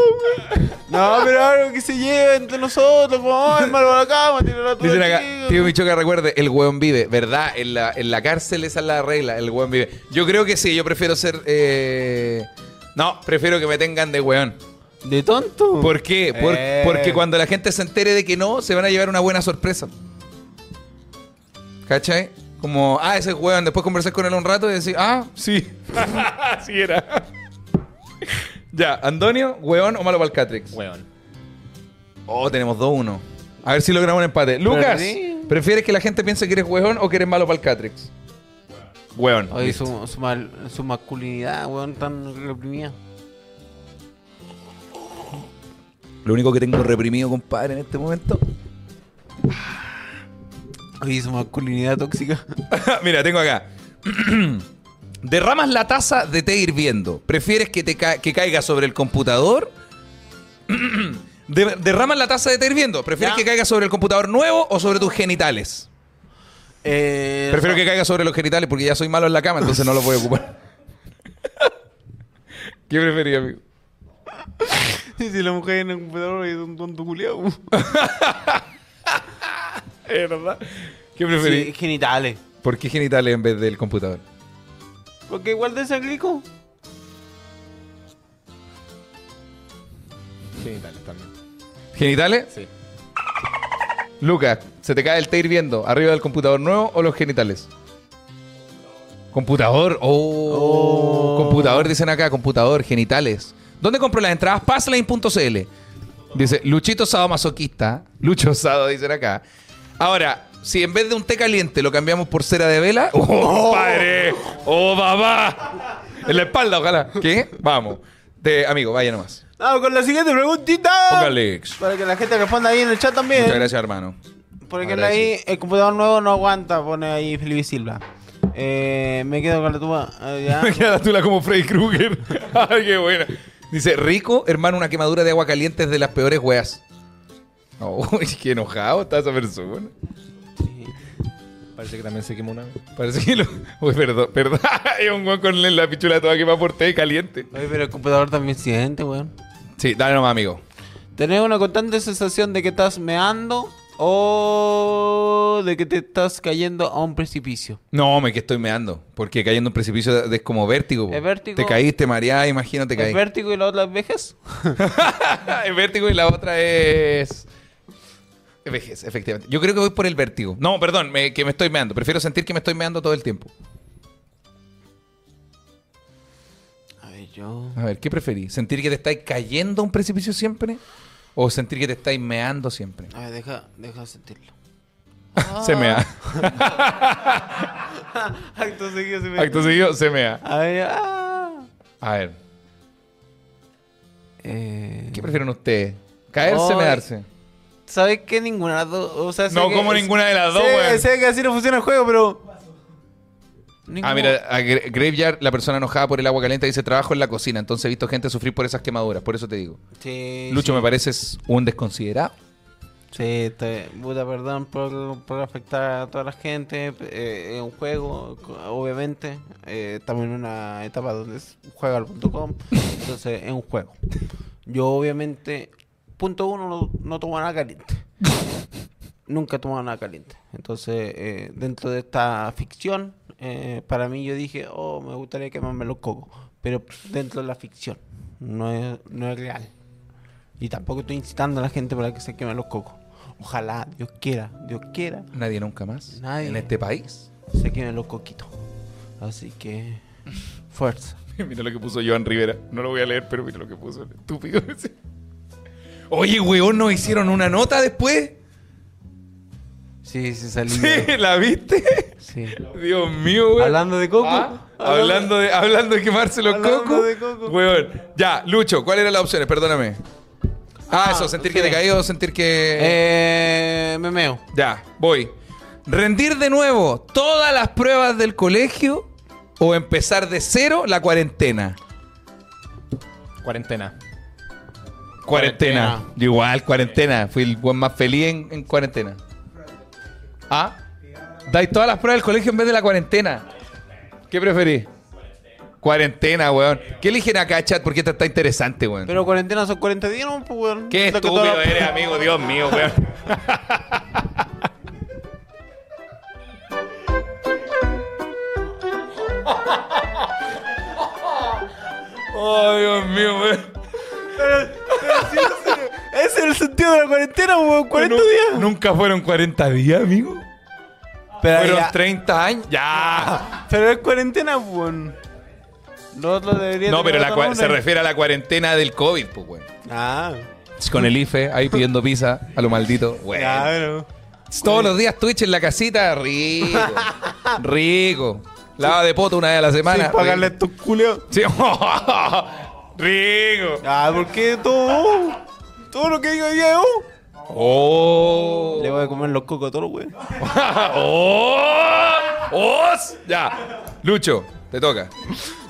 No, pero algo que se lleva entre nosotros, po, "Oh, es malo para la cama, tiene la tuya
Dicen acá,
chica".
tío Michoca, recuerde, el hueón vive, ¿verdad? En la, en la cárcel esa es la regla, el hueón vive. Yo creo que sí, yo prefiero ser... eh, No, prefiero que me tengan de hueón.
De tonto.
¿Por qué? Por-
Eh.
Porque cuando la gente se entere de que no, se van a llevar una buena sorpresa. ¿Cachai? Como, ah, ese hueón, después conversar con él un rato y decir, ah, sí. sí era. ya, Antonio, hueón o malo para el Catrix.
Weón.
Oh, tenemos 2-1. A ver si logramos un empate. Lucas,
Perdí.
¿prefieres que la gente piense que eres hueón o que eres malo para el Catrix? Hueón.
Oye,
Listo.
su, su, mal- su masculinidad, weón, tan reprimida.
Lo único que tengo reprimido, compadre, en este momento.
Oye, su masculinidad tóxica.
Mira, tengo acá. Derramas la taza de té hirviendo. ¿Prefieres que, te ca- que caiga sobre el computador? De- derramas la taza de té hirviendo. ¿Prefieres
Ya.
que caiga sobre el computador nuevo o sobre tus genitales?
Eh,
Prefiero que caiga sobre los genitales porque ya soy malo en la cama, entonces no lo voy a ocupar. ¿Qué prefería, amigo?
Y si la mujer en el computador es un tonto culiao.
Es verdad. ¿Qué
Sí,
preferís?
genitales.
¿Por qué genitales en vez del computador?
Porque igual de sanglico.
Genitales también.
¿Genitales?
Sí.
Lucas, ¿se te cae el té hirviendo arriba del computador nuevo o los genitales? Computador, oh, computador, dicen acá, computador, genitales. ¿Dónde compro las entradas? Passlane.cl. Dice, Luchito Sado masoquista. Lucho Sado, dicen acá. Ahora, si en vez de un té caliente lo cambiamos por cera de vela. ¡Oh, padre! ¡Oh, papá! En la espalda, ojalá. ¿Qué? Vamos. Te- amigo, vaya nomás.
Vamos con la Ah, siguiente preguntita.
Póngale.
Para que la gente responda ahí en el chat también.
Muchas gracias, hermano.
Porque
Ahora
ahí el computador nuevo no aguanta, pone ahí Felipe Silva. Eh, me quedo con la tuba. ah, ya.
Me queda la tula como Freddy Krueger. Ay, qué buena. Dice, rico, hermano, una quemadura de agua caliente es de las peores weas. Uy, qué enojado está esa persona.
Parece que también se quemó una vez.
Parece que lo... Uy, perdón, perdón. Es un weón con la pichula toda que va por té caliente.
Oye, pero el computador también siente, weón.
Sí, dale nomás, amigo.
Tener una constante sensación de que estás meando o de que te estás cayendo a un precipicio.
No, me que estoy meando. Porque cayendo en un precipicio es como vértigo. po.
Es vértigo.
Te caíste, mareás, imagínate
¿El
caí.
vértigo y la otra es vejez?
es vértigo y la otra es... es Vejez, efectivamente. Yo creo que voy por el vértigo. No, perdón, me- que me estoy meando. Prefiero sentir que me estoy meando todo el tiempo.
A ver, yo.
A ver, ¿qué preferís? ¿Sentir que te estáis cayendo a un precipicio siempre? ¿O sentir que te estáis meando siempre?
A ver, deja, deja sentirlo.
Se mea.
Ah, Acto seguido se me.
Acto seguido, se mea.
A ver, ah.
A ver,
Eh,
¿qué prefieren ustedes? ¿Caerse o
Ay.
mearse?
¿Sabes qué? Ninguna de las dos. O sea, sé
No,
que-
como ninguna de las dos,
sé-
weón.
Sé que así no funciona el juego, pero. Ninguna-
Ah, mira, a Gra- Graveyard, la persona enojada por el agua caliente, dice trabajo en la cocina. Entonces he visto gente sufrir por esas quemaduras, por eso te digo.
Sí,
Lucho, me pareces un desconsiderado.
Sí, está bien. puta, perdón por, por afectar a toda la gente. eh, es un juego, co- obviamente. eh, estamos en una etapa donde es juegal.com. entonces, es un juego. Yo, obviamente, punto uno, no, no tomo nada caliente. Nunca he tomado nada caliente. Entonces, eh, dentro de esta ficción, eh, para mí yo dije, oh, me gustaría quemarme los cocos. Pero dentro de la ficción, no es, no es real. Y tampoco estoy incitando a la gente para que se queme los cocos. Ojalá, Dios quiera, Dios quiera,
Nadie nunca más
Nadie.
en este país.
se quemen los coquitos. Así que, fuerza.
mira lo que puso Joan Rivera. No lo voy a leer, pero mira lo que puso. el Estúpido. ese. Oye, weón, ¿nos hicieron una nota después?
Mm. Sí, se salió.
Sí, Eh. ¿la viste?
Sí.
Dios mío, weón.
Hablando de coco.
Ah, hablando, de, hablando de quemarse los
Hablando
cocos.
de coco.
Weón. Ya, Lucho, ¿cuáles eran las opciones? Perdóname. Ah,
Ah,
eso, sentir
sí.
que te caí o sentir que.
Eh, me meo.
Ya, voy. ¿Rendir de nuevo todas las pruebas del colegio o empezar de cero la cuarentena?
Cuarentena.
Cuarentena.
Cuarentena.
Yo igual, cuarentena. Fui el buen más feliz en, en cuarentena. Ah, dais todas las pruebas del colegio en vez de la cuarentena. ¿Qué preferís? Cuarentena, weón. ¿Qué eligen acá, chat? Porque esta está interesante, weón.
Pero cuarentena son 40 días, ¿no? Pues, weón.
Qué
Lo que
estúpido
toda-
eres, amigo. Dios mío, weón. Oh, Dios mío, weón.
Ese es el sentido de la cuarentena, pues, weón. 40
Nu-
días.
Nunca fueron 40 días, amigo.
Pero,
Fueron
ya-
30 años. Ya.
pero es cuarentena, pues, weón. Lo otro debería
No, pero
tener
la
otro
cua- se
nombre.
refiere a la cuarentena del COVID, pues, weón.
Ah,
Con el IFE ahí pidiendo pizza a lo maldito. Weón.
claro.
Todos los días Twitch en la casita, rico. rico. Lava de poto una vez a la semana.
Sin pagarle
rico.
estos culios.
Sí. rico.
Ah, ¿por qué todo? Todo lo que digo Diego.
Oh.
Le voy a comer los cocos a todos, güey.
oh. Os. Ya. Lucho, te toca.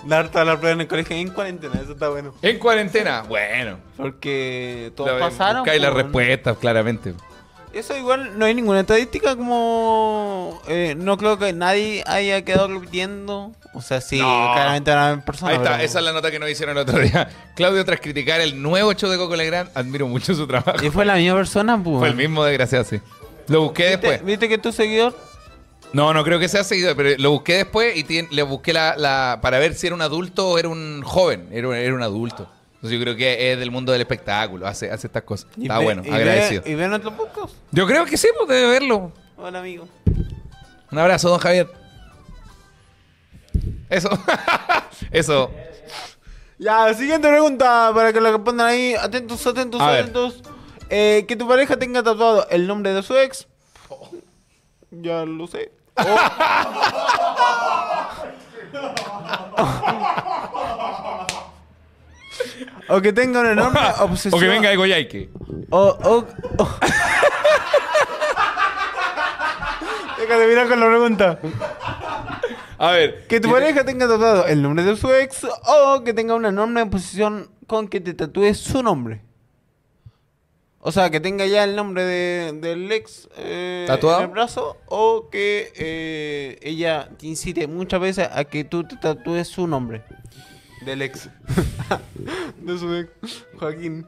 Dar todas las pruebas en el colegio en cuarentena, eso está bueno.
En cuarentena. Bueno.
Porque todos
La-
pasaron.
Buscáis las
pues,
respuestas, claramente.
¿no? Eso igual no hay ninguna estadística como... eh, no creo que nadie haya quedado repitiendo. O sea, sí,
No.
claramente van a haber personas.
Ahí está,
pero-
esa es la nota que nos hicieron el otro día. Claudio, tras criticar el nuevo show de Coco Legrand, admiro mucho su trabajo.
Y fue la misma persona, pues.
Fue el mismo desgraciado, sí. Lo busqué
¿Viste,
después.
viste que tu seguidor?
No, no creo que sea seguido, pero lo busqué después y tien- le busqué la, la- para ver si era un adulto o era un joven. Era, un- era un adulto. Entonces yo creo que es del mundo del espectáculo, hace, hace estas cosas.
Y
Está
ve-
bueno,
y ve-
agradecido.
¿Y ven otros pocos?
Yo creo que sí, pues debe verlo.
Hola, amigo.
Un abrazo, don Javier. Eso. Eso.
Ya, siguiente pregunta para que la respondan ahí. Atentos, atentos,
A ver.
atentos. Eh, que tu pareja tenga tatuado el nombre de su ex. Ya lo sé. O, O que tenga una enorme obsesión.
O que venga de Goyaique.
O, o- o- Déjate mirar con la pregunta.
A ver.
Que tu pareja tenga tatuado el nombre de su ex o que tenga una enorme posición con que te tatúes su nombre. O sea, que tenga ya el nombre de- del ex eh,
¿Tatuado?
en el brazo o que eh, ella te incite muchas veces a que tú te tatúes su nombre. Del ex. de su ex. Joaquín.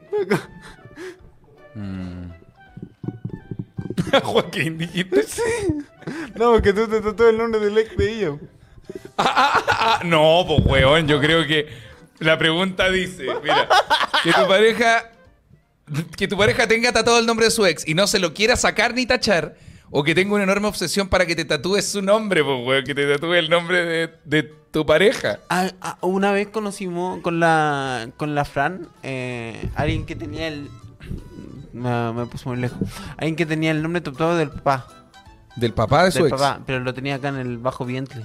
Mm. Joaquín, dijiste.
No, que tú te tatúes el nombre del ex de ella.
Ah, no, pues weón, yo creo que la pregunta dice, mira, que tu pareja que tu pareja tenga tatuado el nombre de su ex y no se lo quiera sacar ni tachar o que tenga una enorme obsesión para que te tatúes su nombre, pues weón, que te tatúe el nombre de, de tu pareja.
Al- a- una vez conocimos con la con la Fran eh, alguien que tenía el me, me puse muy lejos alguien que tenía el nombre tatuado del papá
Del papá de su
del
ex.
papá pero lo tenía acá en el bajo vientre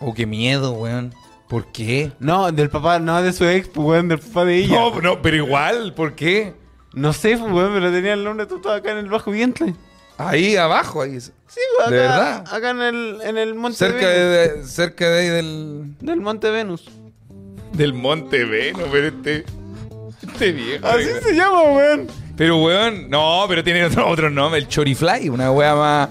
Oh, qué miedo, weón. ¿Por qué?
no del papá no de su ex pues, weón, del papá de ella no,
No, no, pero igual, ¿por qué?
sé pues, weón, pero tenía el nombre tatuado acá en el bajo vientre
Ahí abajo, ahí.
sí weón,
¿De
acá-
verdad?
acá en el en el monte
Cerca de,
Venus.
de- cerca de ahí del
del monte Venus
del Monte Veno, pero este este viejo.
así
weón.
se llama weón
Pero, weón, no, pero tiene otro, otro nombre, el Chorifly, una wea más.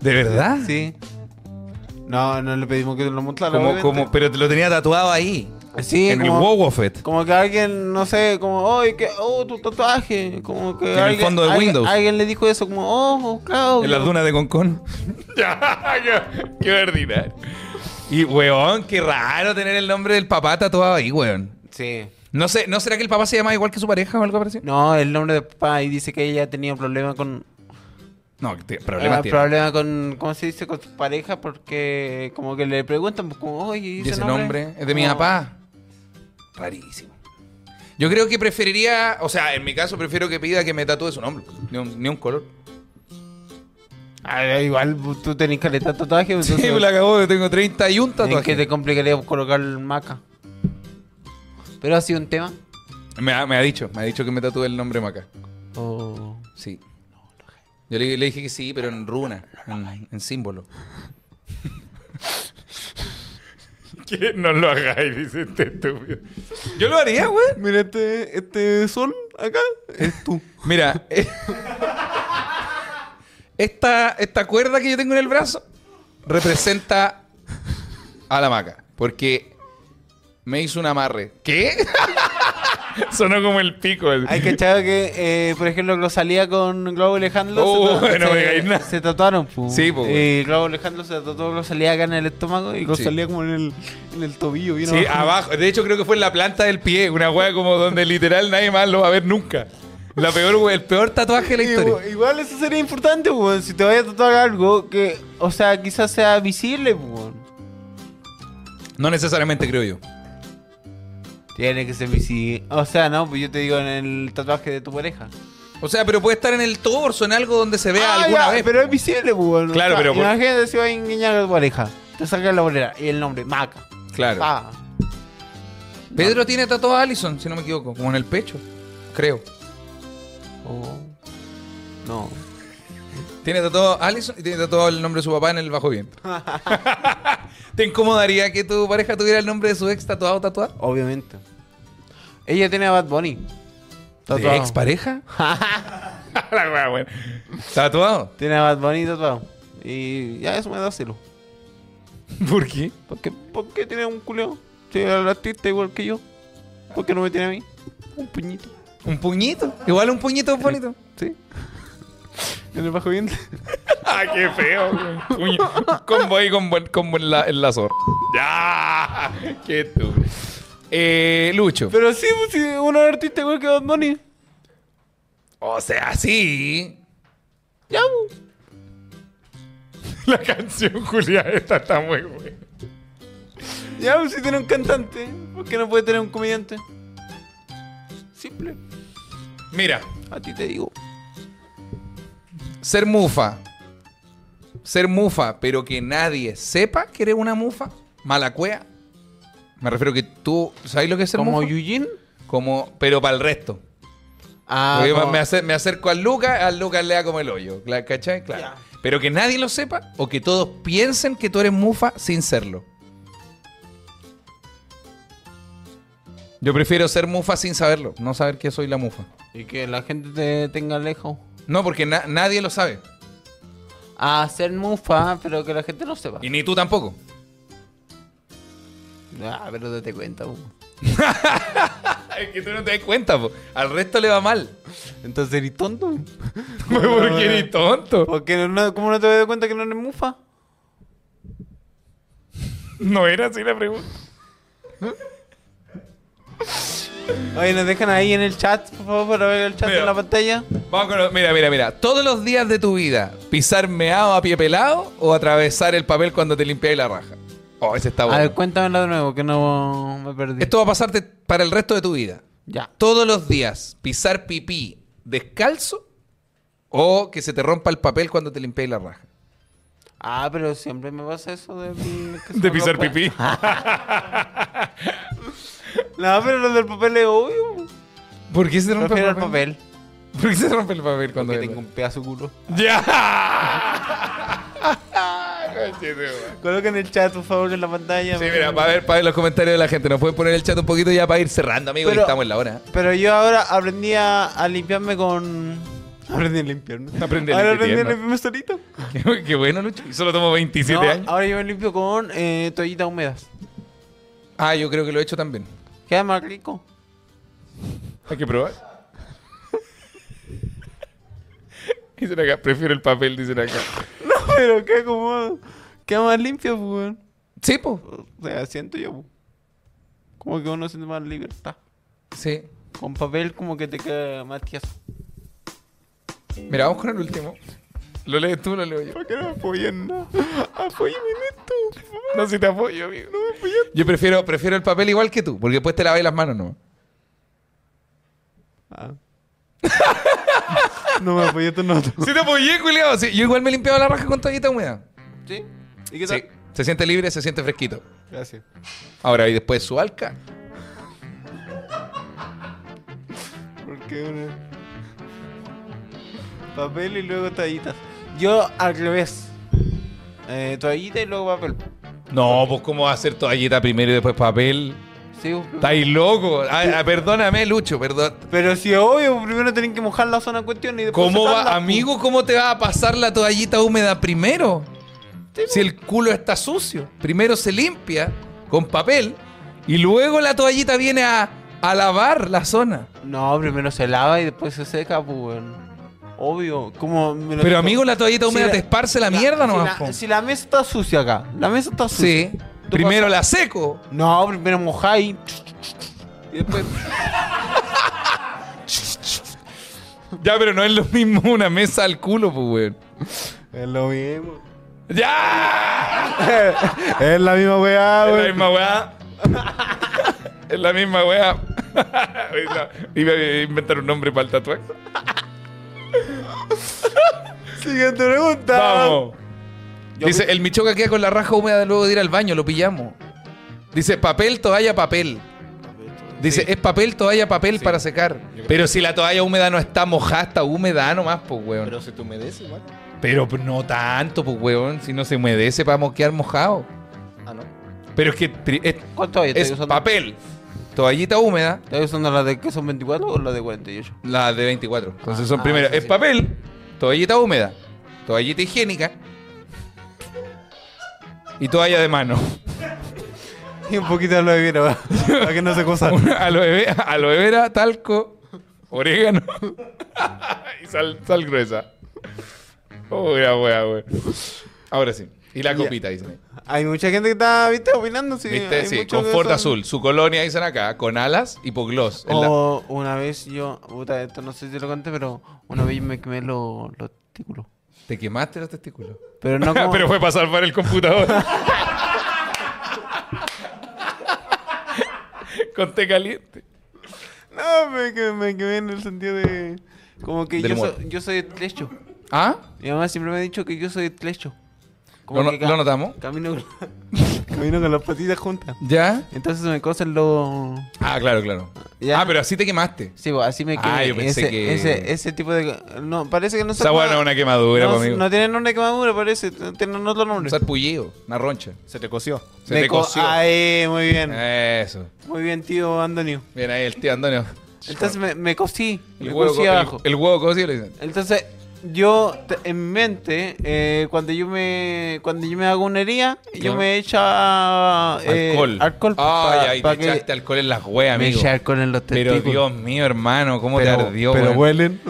¿De verdad?
sí no no le pedimos que lo montara
Como,
obviamente.
como, pero te lo tenía tatuado ahí.
Sí,
en
como-
el Wowofet.
Como que alguien, no sé, como, oh, que, oh, tu tatuaje. Como que
el
alguien,
fondo de
alguien-
Windows.
alguien le dijo eso, como, oh, claro.
En las dunas de Concón. ya, qué- qué ordinario. Y, weón, qué raro tener el nombre del papá tatuado ahí, weón.
Sí.
No sé, ¿no será que el papá se llama igual que su pareja o algo parecido?
No, el nombre de papá y dice que ella tenía problemas con.
No, te- problemas
ah,
tiene.
problemas con. ¿Cómo se dice? Con su pareja, porque como que le preguntan, pues, como, oye, ¿y
Y ese nombre, es de mi
Como-
papá. Rarísimo. Yo creo que preferiría, o sea, en mi caso prefiero que pida que me tatúe su nombre, ni un, ni un color.
Ah, igual pues, tú tenés caleta de tatuaje, pues, entonces.
Sí, me la acabo, tengo 31
¿En qué
tatuajes.
te complicaría colocar el maca? Pero ha sido un tema.
Me, ha, me ha dicho, me ha dicho que me tatúe el nombre Maca.
Oh.
Sí. Yo le, le dije que sí, pero en runa, en, en símbolo. que no lo hagáis, dice este estúpido. Yo lo haría, güey.
Mira, este, este sol acá es tú.
Mira, eh, esta, esta cuerda que yo tengo en el brazo representa a la maca, porque me hizo un amarre. ¿Qué? Sonó como el pico. el-
Hay que echar que, eh, por ejemplo, Rosalía con Globo Alejandro
Oh,
se, ta-
no
se-
me digáis nada.
se tatuaron. pu.
Sí, pu.
Y Globo Alejandro se tatuó a Rosalía acá en el estómago y Rosalía como en el, en el tobillo. Bien
Sí, abajo. De hecho, creo que fue en la planta del pie, una hueá como donde literal nadie más lo va a ver nunca. La peor, hue- el peor tatuaje de ah, la historia.
Igual, igual eso sería importante, pu, si te vayas a tatuar algo que, o sea, quizás sea visible. pu.
No necesariamente creo yo.
Tiene que ser visible. O sea, no, pues yo te digo en el tatuaje de tu pareja.
O sea, pero puede estar en el torso, en algo donde se vea
Ah,
alguna
ya,
vez.
Pero es visible, pues.
Claro, pero por-
Imagínate si vas a engañar a tu pareja. Te saca la bolera y el nombre, Maca.
Claro.
Pa.
Pedro tiene tatuado a Allison, si no me equivoco, como en el pecho, creo.
Oh. No.
Tiene tatuado a Allison y tiene tatuado el nombre de su papá en el bajo viento. ¿Te incomodaría que tu pareja tuviera el nombre de su ex tatuado o tatuada?
Obviamente. Ella tiene a Bad Bunny.
¿De ex pareja? La wea, bueno. ¿Tatuado?
Tiene a Bad Bunny tatuado. Y ya eso me da celo.
¿Por qué?
¿Por qué, por qué tiene un culeo? Si el artista igual que yo. ¿Por qué no me tiene a mí? Un puñito.
¿Un puñito? Igual un puñito es bonito.
¿Sí? En el bajo vientre.
¡Ah, qué feo! güey. Puño. Combo ahí con buen, combo en la, en la zorra. ¡Ya! ¡Qué tú! Eh, Lucho.
Pero sí, pues, si uno es artista igual que Bad Bunny.
O sea, sí.
Ya, bu.
La canción, Julia, esta está muy buena.
ya, bu, si tiene un cantante. ¿Por qué no puede tener un comediante? Simple.
Mira,
A ti te digo.
ser mufa. Ser mufa, pero que nadie sepa que eres una mufa. Mala cuea. Me refiero que tú, ¿sabes lo que es ser
¿Como
mufa?
Eugene?
Como, pero para el resto.
Ah,
Porque
como-
me, acer- me acerco al Lucas, al Lucas le da como el hoyo. cla- ¿Cachai? Claro. Pero que nadie lo sepa o que todos piensen que tú eres mufa sin serlo. Yo prefiero ser mufa sin saberlo, no saber que soy la mufa.
Y que la gente te tenga lejos.
No, porque na- nadie lo sabe.
A ser mufa, pero que la gente no sepa.
Y ni tú tampoco.
Ah, pero date cuenta. po.
Es que tú no te das cuenta, po. al resto le va mal.
Entonces eres tonto.
porque eres tonto.
Porque no, ¿cómo no te das cuenta que no eres mufa?
No era así la pregunta.
Oye, nos dejan ahí en el chat, por favor, para ver el chat
Mira.
en la pantalla.
Vamos con lo- mira, mira, mira. Todos los días de tu vida, pisar meado a pie pelado o atravesar el papel cuando te limpiáis la raja. Oh, ese está
A ver,
bueno.
cuéntamelo de nuevo, que no me perdí.
Esto va a pasarte para el resto de tu vida.
Ya.
Todos los días, pisar pipí descalzo o que se te rompa el papel cuando te limpiáis la raja.
Ah, pero siempre me pasa eso de... que se
De pisar
rompa.
pipí.
No, pero lo del papel es obvio.
¿Por qué se te rompe
Prefiero
el
el
papel?
papel.
¿Por qué se te rompe el papel cuando
Porque
te-
tengo un pedazo de culo.
¡Ya! Conchetumare.
Coloquen el chat, por favor, en la pantalla.
Sí, mira, para ver, para ver los comentarios de la gente. Nos pueden poner el chat un poquito ya para ir cerrando, amigos.
Pero-
y estamos en la hora.
Pero yo ahora aprendí a, a limpiarme con... Aprendí a limpiarme.
Aprendí a
ahora
limpiarte,
aprendí a
¿no?
limpiarme solito.
Qué, qué bueno, Lucho. Y Solo tomo 27
No,
años.
ahora yo me limpio con eh, toallitas húmedas.
Ah, yo creo que lo he hecho también.
Queda más rico.
Hay que probar.
Dicen acá, prefiero el papel, dicen acá.
Pero qué acomodo. Queda más limpio, pues, weón.
Sí, po.
O sea, siento yo, pues. Como que uno siente más libertad.
Sí.
Con papel como que te queda más tieso.
Mira, vamos con el último. Lo lees tú, lo leo yo.
Que no apoyen nada. Apoyen en esto.
No, si te apoyo, amigo. Yo prefiero, prefiero el papel igual que tú, porque después te laváis las manos, ¿no?
Ah. No me apoyé tu nota.
Sí te apoyé, culiao. Sí, yo igual me limpiaba la raja con toallita húmeda.
¿Sí? ¿Y qué tal?
Sí. Se siente libre, se siente fresquito.
Gracias.
Ahora, y después su alca.
Porque una... Papel y luego toallitas. Yo al revés. Eh, toallita y luego papel.
No, pues cómo va a hacer toallita primero y después papel.
Sí, pues.
Estáis loco. Ah, ah, perdóname, Lucho, perdón.
pero si obvio, primero tienen que mojar la zona en cuestión y después.
¿Cómo
sacarla,
va,
pues.
amigo? ¿Cómo te va a pasar la toallita húmeda primero? Si
pues.
el culo está sucio. Primero se limpia con papel y luego la toallita viene a, a lavar la zona.
No, primero se lava y después se seca, pues. weón. Obvio. Como me lo
Pero
dijo-
amigo, la toallita
Si
húmeda
la-
te esparce la, mierda
si
nomás.
la-
po.
Si la mesa está sucia acá, la mesa está sucia.
sí.
Tú
Primero
pasas-
la seco.
No, primero mojáis. Y después.
Ya, pero no es lo mismo una mesa al culo, pues, weón.
es lo mismo. Ah,
¡Ya!
Es la misma weá,
Es la misma weá. es la misma weá. Ahorita Iba a inventar un nombre para el tatuaje.
Siguiente pregunta.
Vamos. Dice, el Michoca queda con la raja húmeda luego de ir al baño, lo pillamos. Dice, papel, toalla, papel. Dice, es papel, toalla, papel para secar. Pero si la toalla húmeda no está mojada, está húmeda nomás, pues, weón.
Pero se te humedece igual.
Pero no tanto, pues, weón. Si no se humedece para moquear mojado.
Ah, no.
Pero es que tri- es,
¿Cuánto hay?
es
¿Estás usando,
papel, toallita húmeda,
¿Estás usando la de que son 24 o la de 48?
la de 24. Entonces son
Ah,
primero,
sí,
es
sí.
papel, toallita húmeda, toallita higiénica y toalla de mano.
Y un poquito de lo de vino, para que no se cosan.
Una aloe, ve- aloe vera, talco, orégano y sal, sal gruesa. Oh, la wea, wea. Ahora sí. Y la copita, dicen. ahí.
Hay mucha gente que está, viste, opinando. Sí,
¿Viste?
Hay
Sí,
muchos que
confort
son-
azul. Su colonia, dicen acá, con alas y pogloss. En la-
O una vez yo, puta, esto no sé si lo conté, pero una vez me quemé los, los testículos.
Te quemaste los testículos.
Pero no como...
Pero fue para salvar el computador. Con té caliente.
No, me quemé, me quemé en el sentido de... Como que
Del
yo,
humor.
so- yo soy estrecho.
¿Ah?
Mi mamá siempre me ha dicho que yo soy estrecho.
¿Lo, no-
que ca-
lo notamos?
Camino... Camino con las patitas juntas.
¿Ya?
Entonces me cosen los.
Ah, claro, claro.
Ya.
Ah, pero así te quemaste.
Sí, pues, así me quedé.
Ah, yo pensé
ese,
que-
Ese, ese tipo de. No, parece que no
Esa
son
weá no es
nada-
una quemadura,
no,
pues, amigo.
no tienen nombre de quemadura, parece. Tienen otro nombre.
Un sarpullido, una roncha.
Se te coció.
Se
De
te
co- ah, eh.
coció. Eh.
Ay, muy bien.
Eso.
Muy bien, tío Antonio.
Bien ahí el tío Antonio.
Entonces me, me cosí.
El
me
huevo,
cosí
co- el-
abajo.
el huevo cocido le dicen.
Entonces, yo te- en mi mente, eh, cuando yo me cuando yo me hago una herida, yo
Claro.
me echa eh,
alcohol.
alcohol
Ay,
pa-
ay,
pa
te echaste alcohol en las weas,
me
amigo.
eché alcohol en los
Pero
testículos.
Dios mío, hermano, cómo te ardió,
pero
weón.
huelen.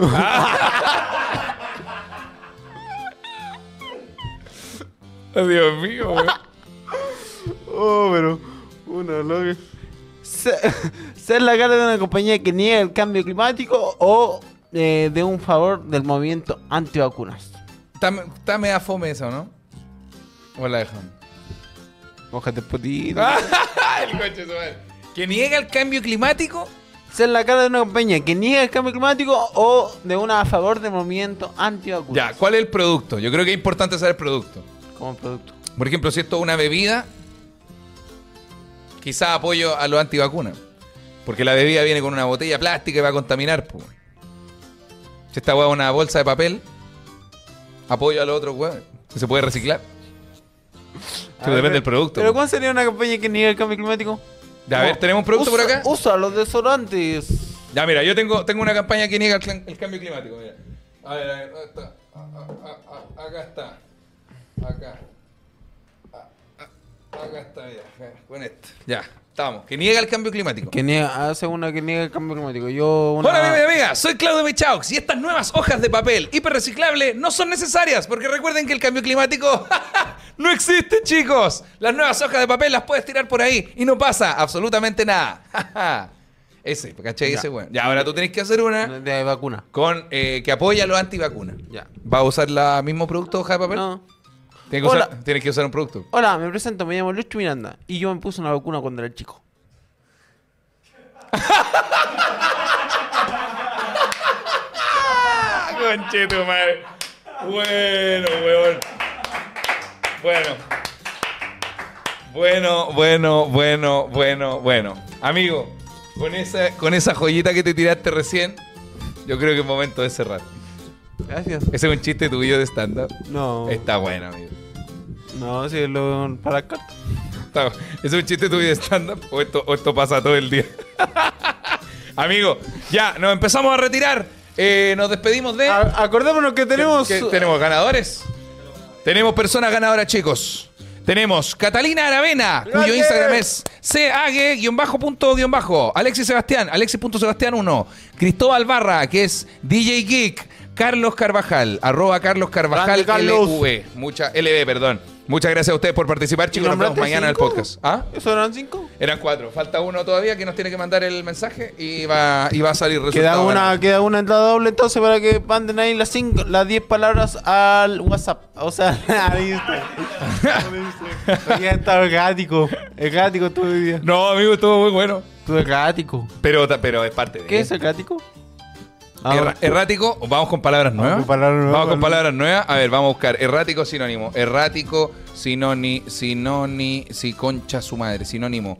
Dios mío, weón.
Oh, pero una loca. Ser, ser la cara de una compañía que niega el cambio climático o eh, de un favor del movimiento antivacunas.
Está, me- está media fome eso, ¿no? O la dejamos.
Mójate potito.
el coche su madre. Que niega el cambio climático.
Ser la cara de una compañía que niega el cambio climático o de una a favor del movimiento antivacunas.
Ya, ¿cuál es el producto? Yo creo que es importante saber el producto.
Como producto.
Por ejemplo, si esto es una bebida, quizás apoyo a los antivacunas. Porque la bebida viene con una botella plástica y va a contaminar. po. Si esta hueá es una bolsa de papel, apoyo a los otros hueá. Se puede reciclar. Eso
A ver,
depende del
pero-
producto.
¿Pero
po.
cuál sería una campaña que niega el cambio climático?
Ya, a ver, ¿tenemos un producto por
Usa-
acá?
Usa los desodorantes.
Ya, mira, yo tengo, tengo una campaña que niega el, clan- el cambio climático. Mira. A ver, a ver, ¿dónde está? A- a- a- a- acá está. Acá. A- a- acá está, mira. Con este. Ya, estamos. Que niega el cambio climático.
Que niega, hace una que niega el cambio climático. Yo una...
Hola, mi amiga, soy Claudio Bechaux y estas nuevas hojas de papel hiperreciclable no son necesarias porque recuerden que el cambio climático no existe, chicos. Las nuevas hojas de papel las puedes tirar por ahí y no pasa absolutamente nada. ese, ¿cachai? Ese, bueno. Ya, ahora tú tenés que hacer una.
De vacuna.
con eh, que apoya a los antivacunas.
Ya.
¿Va a usar la mismo producto hoja de papel?
No.
Tienes que, usar,
Hola.
tienes que usar un producto.
Hola, me presento, me llamo Lucho Miranda y yo me puse una vacuna cuando era chico.
Conchito, Ah, madre. Bueno, weón. Bueno. Bueno, bueno, bueno, bueno, bueno. Amigo, con esa, con esa joyita que te tiraste recién, yo creo que es momento de cerrar.
Gracias.
Ese es un chiste tuyo de stand-up.
No.
Está bueno, amigo.
No, si lo para acá.
Está- ¿Ese es un chiste tuyo de stand-up o esto, o esto pasa todo el día? Amigo, ya, nos empezamos a retirar. Eh, nos despedimos de...
A- acordémonos que tenemos. eh,
¿Qué- ¿Tenemos ganadores? Tenemos personas ganadoras, chicos. Tenemos Catalina Aravena, cuyo Instagram es cag-punto-bajo. Alexis Sebastián, alexis.sebastián1. Cristóbal Barra, que es DJ Geek. Carlos Carvajal, arroba Carlos Carvajal
Grande, Carlos.
LV. Mucha, LV, perdón. Muchas gracias a ustedes por participar, chicos. Nos vemos
nombraste
mañana en el
cinco?
podcast. ¿Ah?
¿Eso eran cinco?
Eran cuatro. Falta uno todavía que nos tiene que mandar el mensaje y va, y va a salir
Queda
resultado.
una,
ganador.
queda una entrada doble entonces para que manden ahí las cinco, las diez palabras al WhatsApp. O sea, ahí está. Ya está orgánico. Ergático todo el día.
No, amigo, estuvo muy bueno.
Tú ergático.
Pero, pero es parte de
¿Qué es ergático? Ah,
Erra- errático, vamos con palabras nuevas.
con palabras nuevas.
Vamos con palabras nuevas. A ver, vamos a buscar errático sinónimo. Errático sinoni sinoni si concha su madre, sinónimo.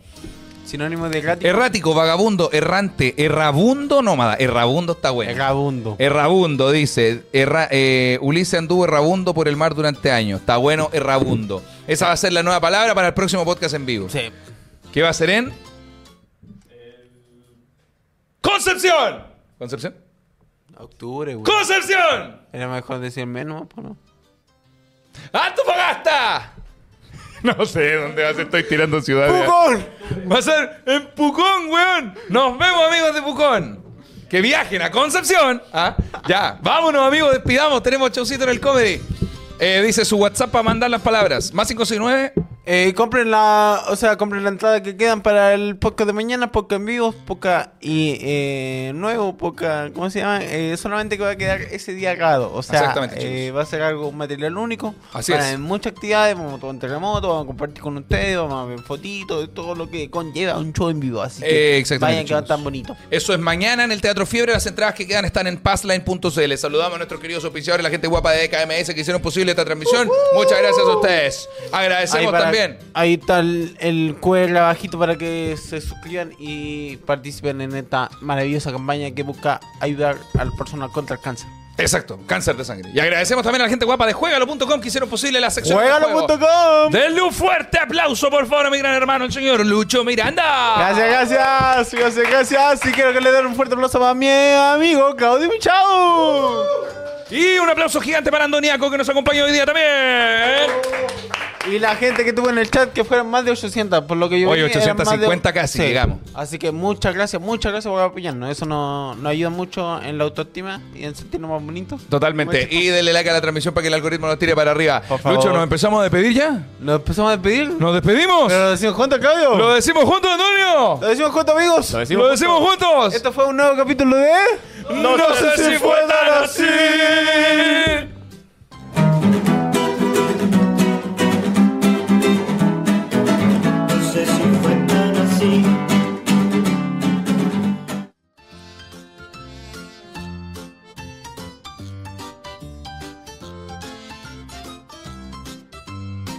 Sinónimo de ergático.
Errático, vagabundo, errante, errabundo, nómada. Errabundo está bueno.
Ergabundo.
Errabundo, dice. Erra- eh, Ulises anduvo errabundo por el mar durante años. Está bueno, errabundo. Esa va a ser la nueva palabra para el próximo podcast en vivo.
Sí.
¿Qué va a ser en? ¡Concepción! ¿Concepción?
Octubre, güey.
¡Concepción!
Era mejor decir menos, pues, ¿no?
¡Antofagasta! No sé dónde va a ser, estoy tirando ciudades. Va a ser en Pucón, weón. Nos vemos, amigos de Pucón. Que viajen a Concepción. ¿ah? Ya, vámonos, amigos, despidamos. Tenemos showcito en el comedy. Eh, dice su WhatsApp para mandar las palabras. Más 569.
Eh, compren la, o sea, compren la entrada que quedan para el podcast de mañana, podcast en vivo, podcast y eh, nuevo, podcast, ¿cómo se llama? Eh, solamente que va a quedar ese día grabado, o sea,
Exactamente, chicos.
eh, va a ser algo un material único.
Así
Van a
es.
haber muchas actividades, vamos a tomar un terremoto, vamos a compartir con ustedes, vamos a ver fotitos, de todo lo que conlleva un show en vivo, así
Eh,
que
exactamente,
vayan que va
chicos.
tan bonito.
Eso es mañana en el Teatro Fiebre. Las entradas que quedan están en passline.cl. Saludamos a nuestros E queridos auspiciadores, la gente guapa de KMS que hicieron posible esta transmisión. Muchas gracias a ustedes.
Uh-huh. Ahí
Agradecemos
para
también.
Ahí está el, el QR abajito para que se suscriban y participen en esta maravillosa campaña que busca ayudar al personal contra el cáncer.
Exacto, cáncer de sangre. Y agradecemos también a la gente guapa de juegalo.com que hicieron posible la sección. de juegos.
¡Juegalo.com!
Denle un fuerte aplauso, por favor, a mi gran hermano, el señor Lucho Miranda.
Gracias, gracias, gracias, gracias. Y quiero que le den un fuerte aplauso a mi amigo Claudio Michao.
Y un aplauso gigante para Andoniaco que nos acompaña hoy día también.
Y la gente que tuvo en el chat, que fueron más de 800, por lo que yo
Oye,
vi, eran más de-
850 casi, llegamos.
Así que muchas gracias, muchas gracias por apoyarnos. Eso nos nos ayuda mucho en la autoestima y en sentirnos más bonitos.
Totalmente.
Muchas-
Y denle like a la transmisión para que el algoritmo nos tire para arriba.
Por favor.
Lucho, ¿nos empezamos a despedir ya?
Nos empezamos a despedir.
¿Nos despedimos?
Pero lo decimos juntos, Claudio.
¿Lo decimos juntos, Antonio?
Lo decimos juntos, amigos.
¿Lo decimos juntos?
Esto fue un nuevo capítulo de...
No sé si fue tan así.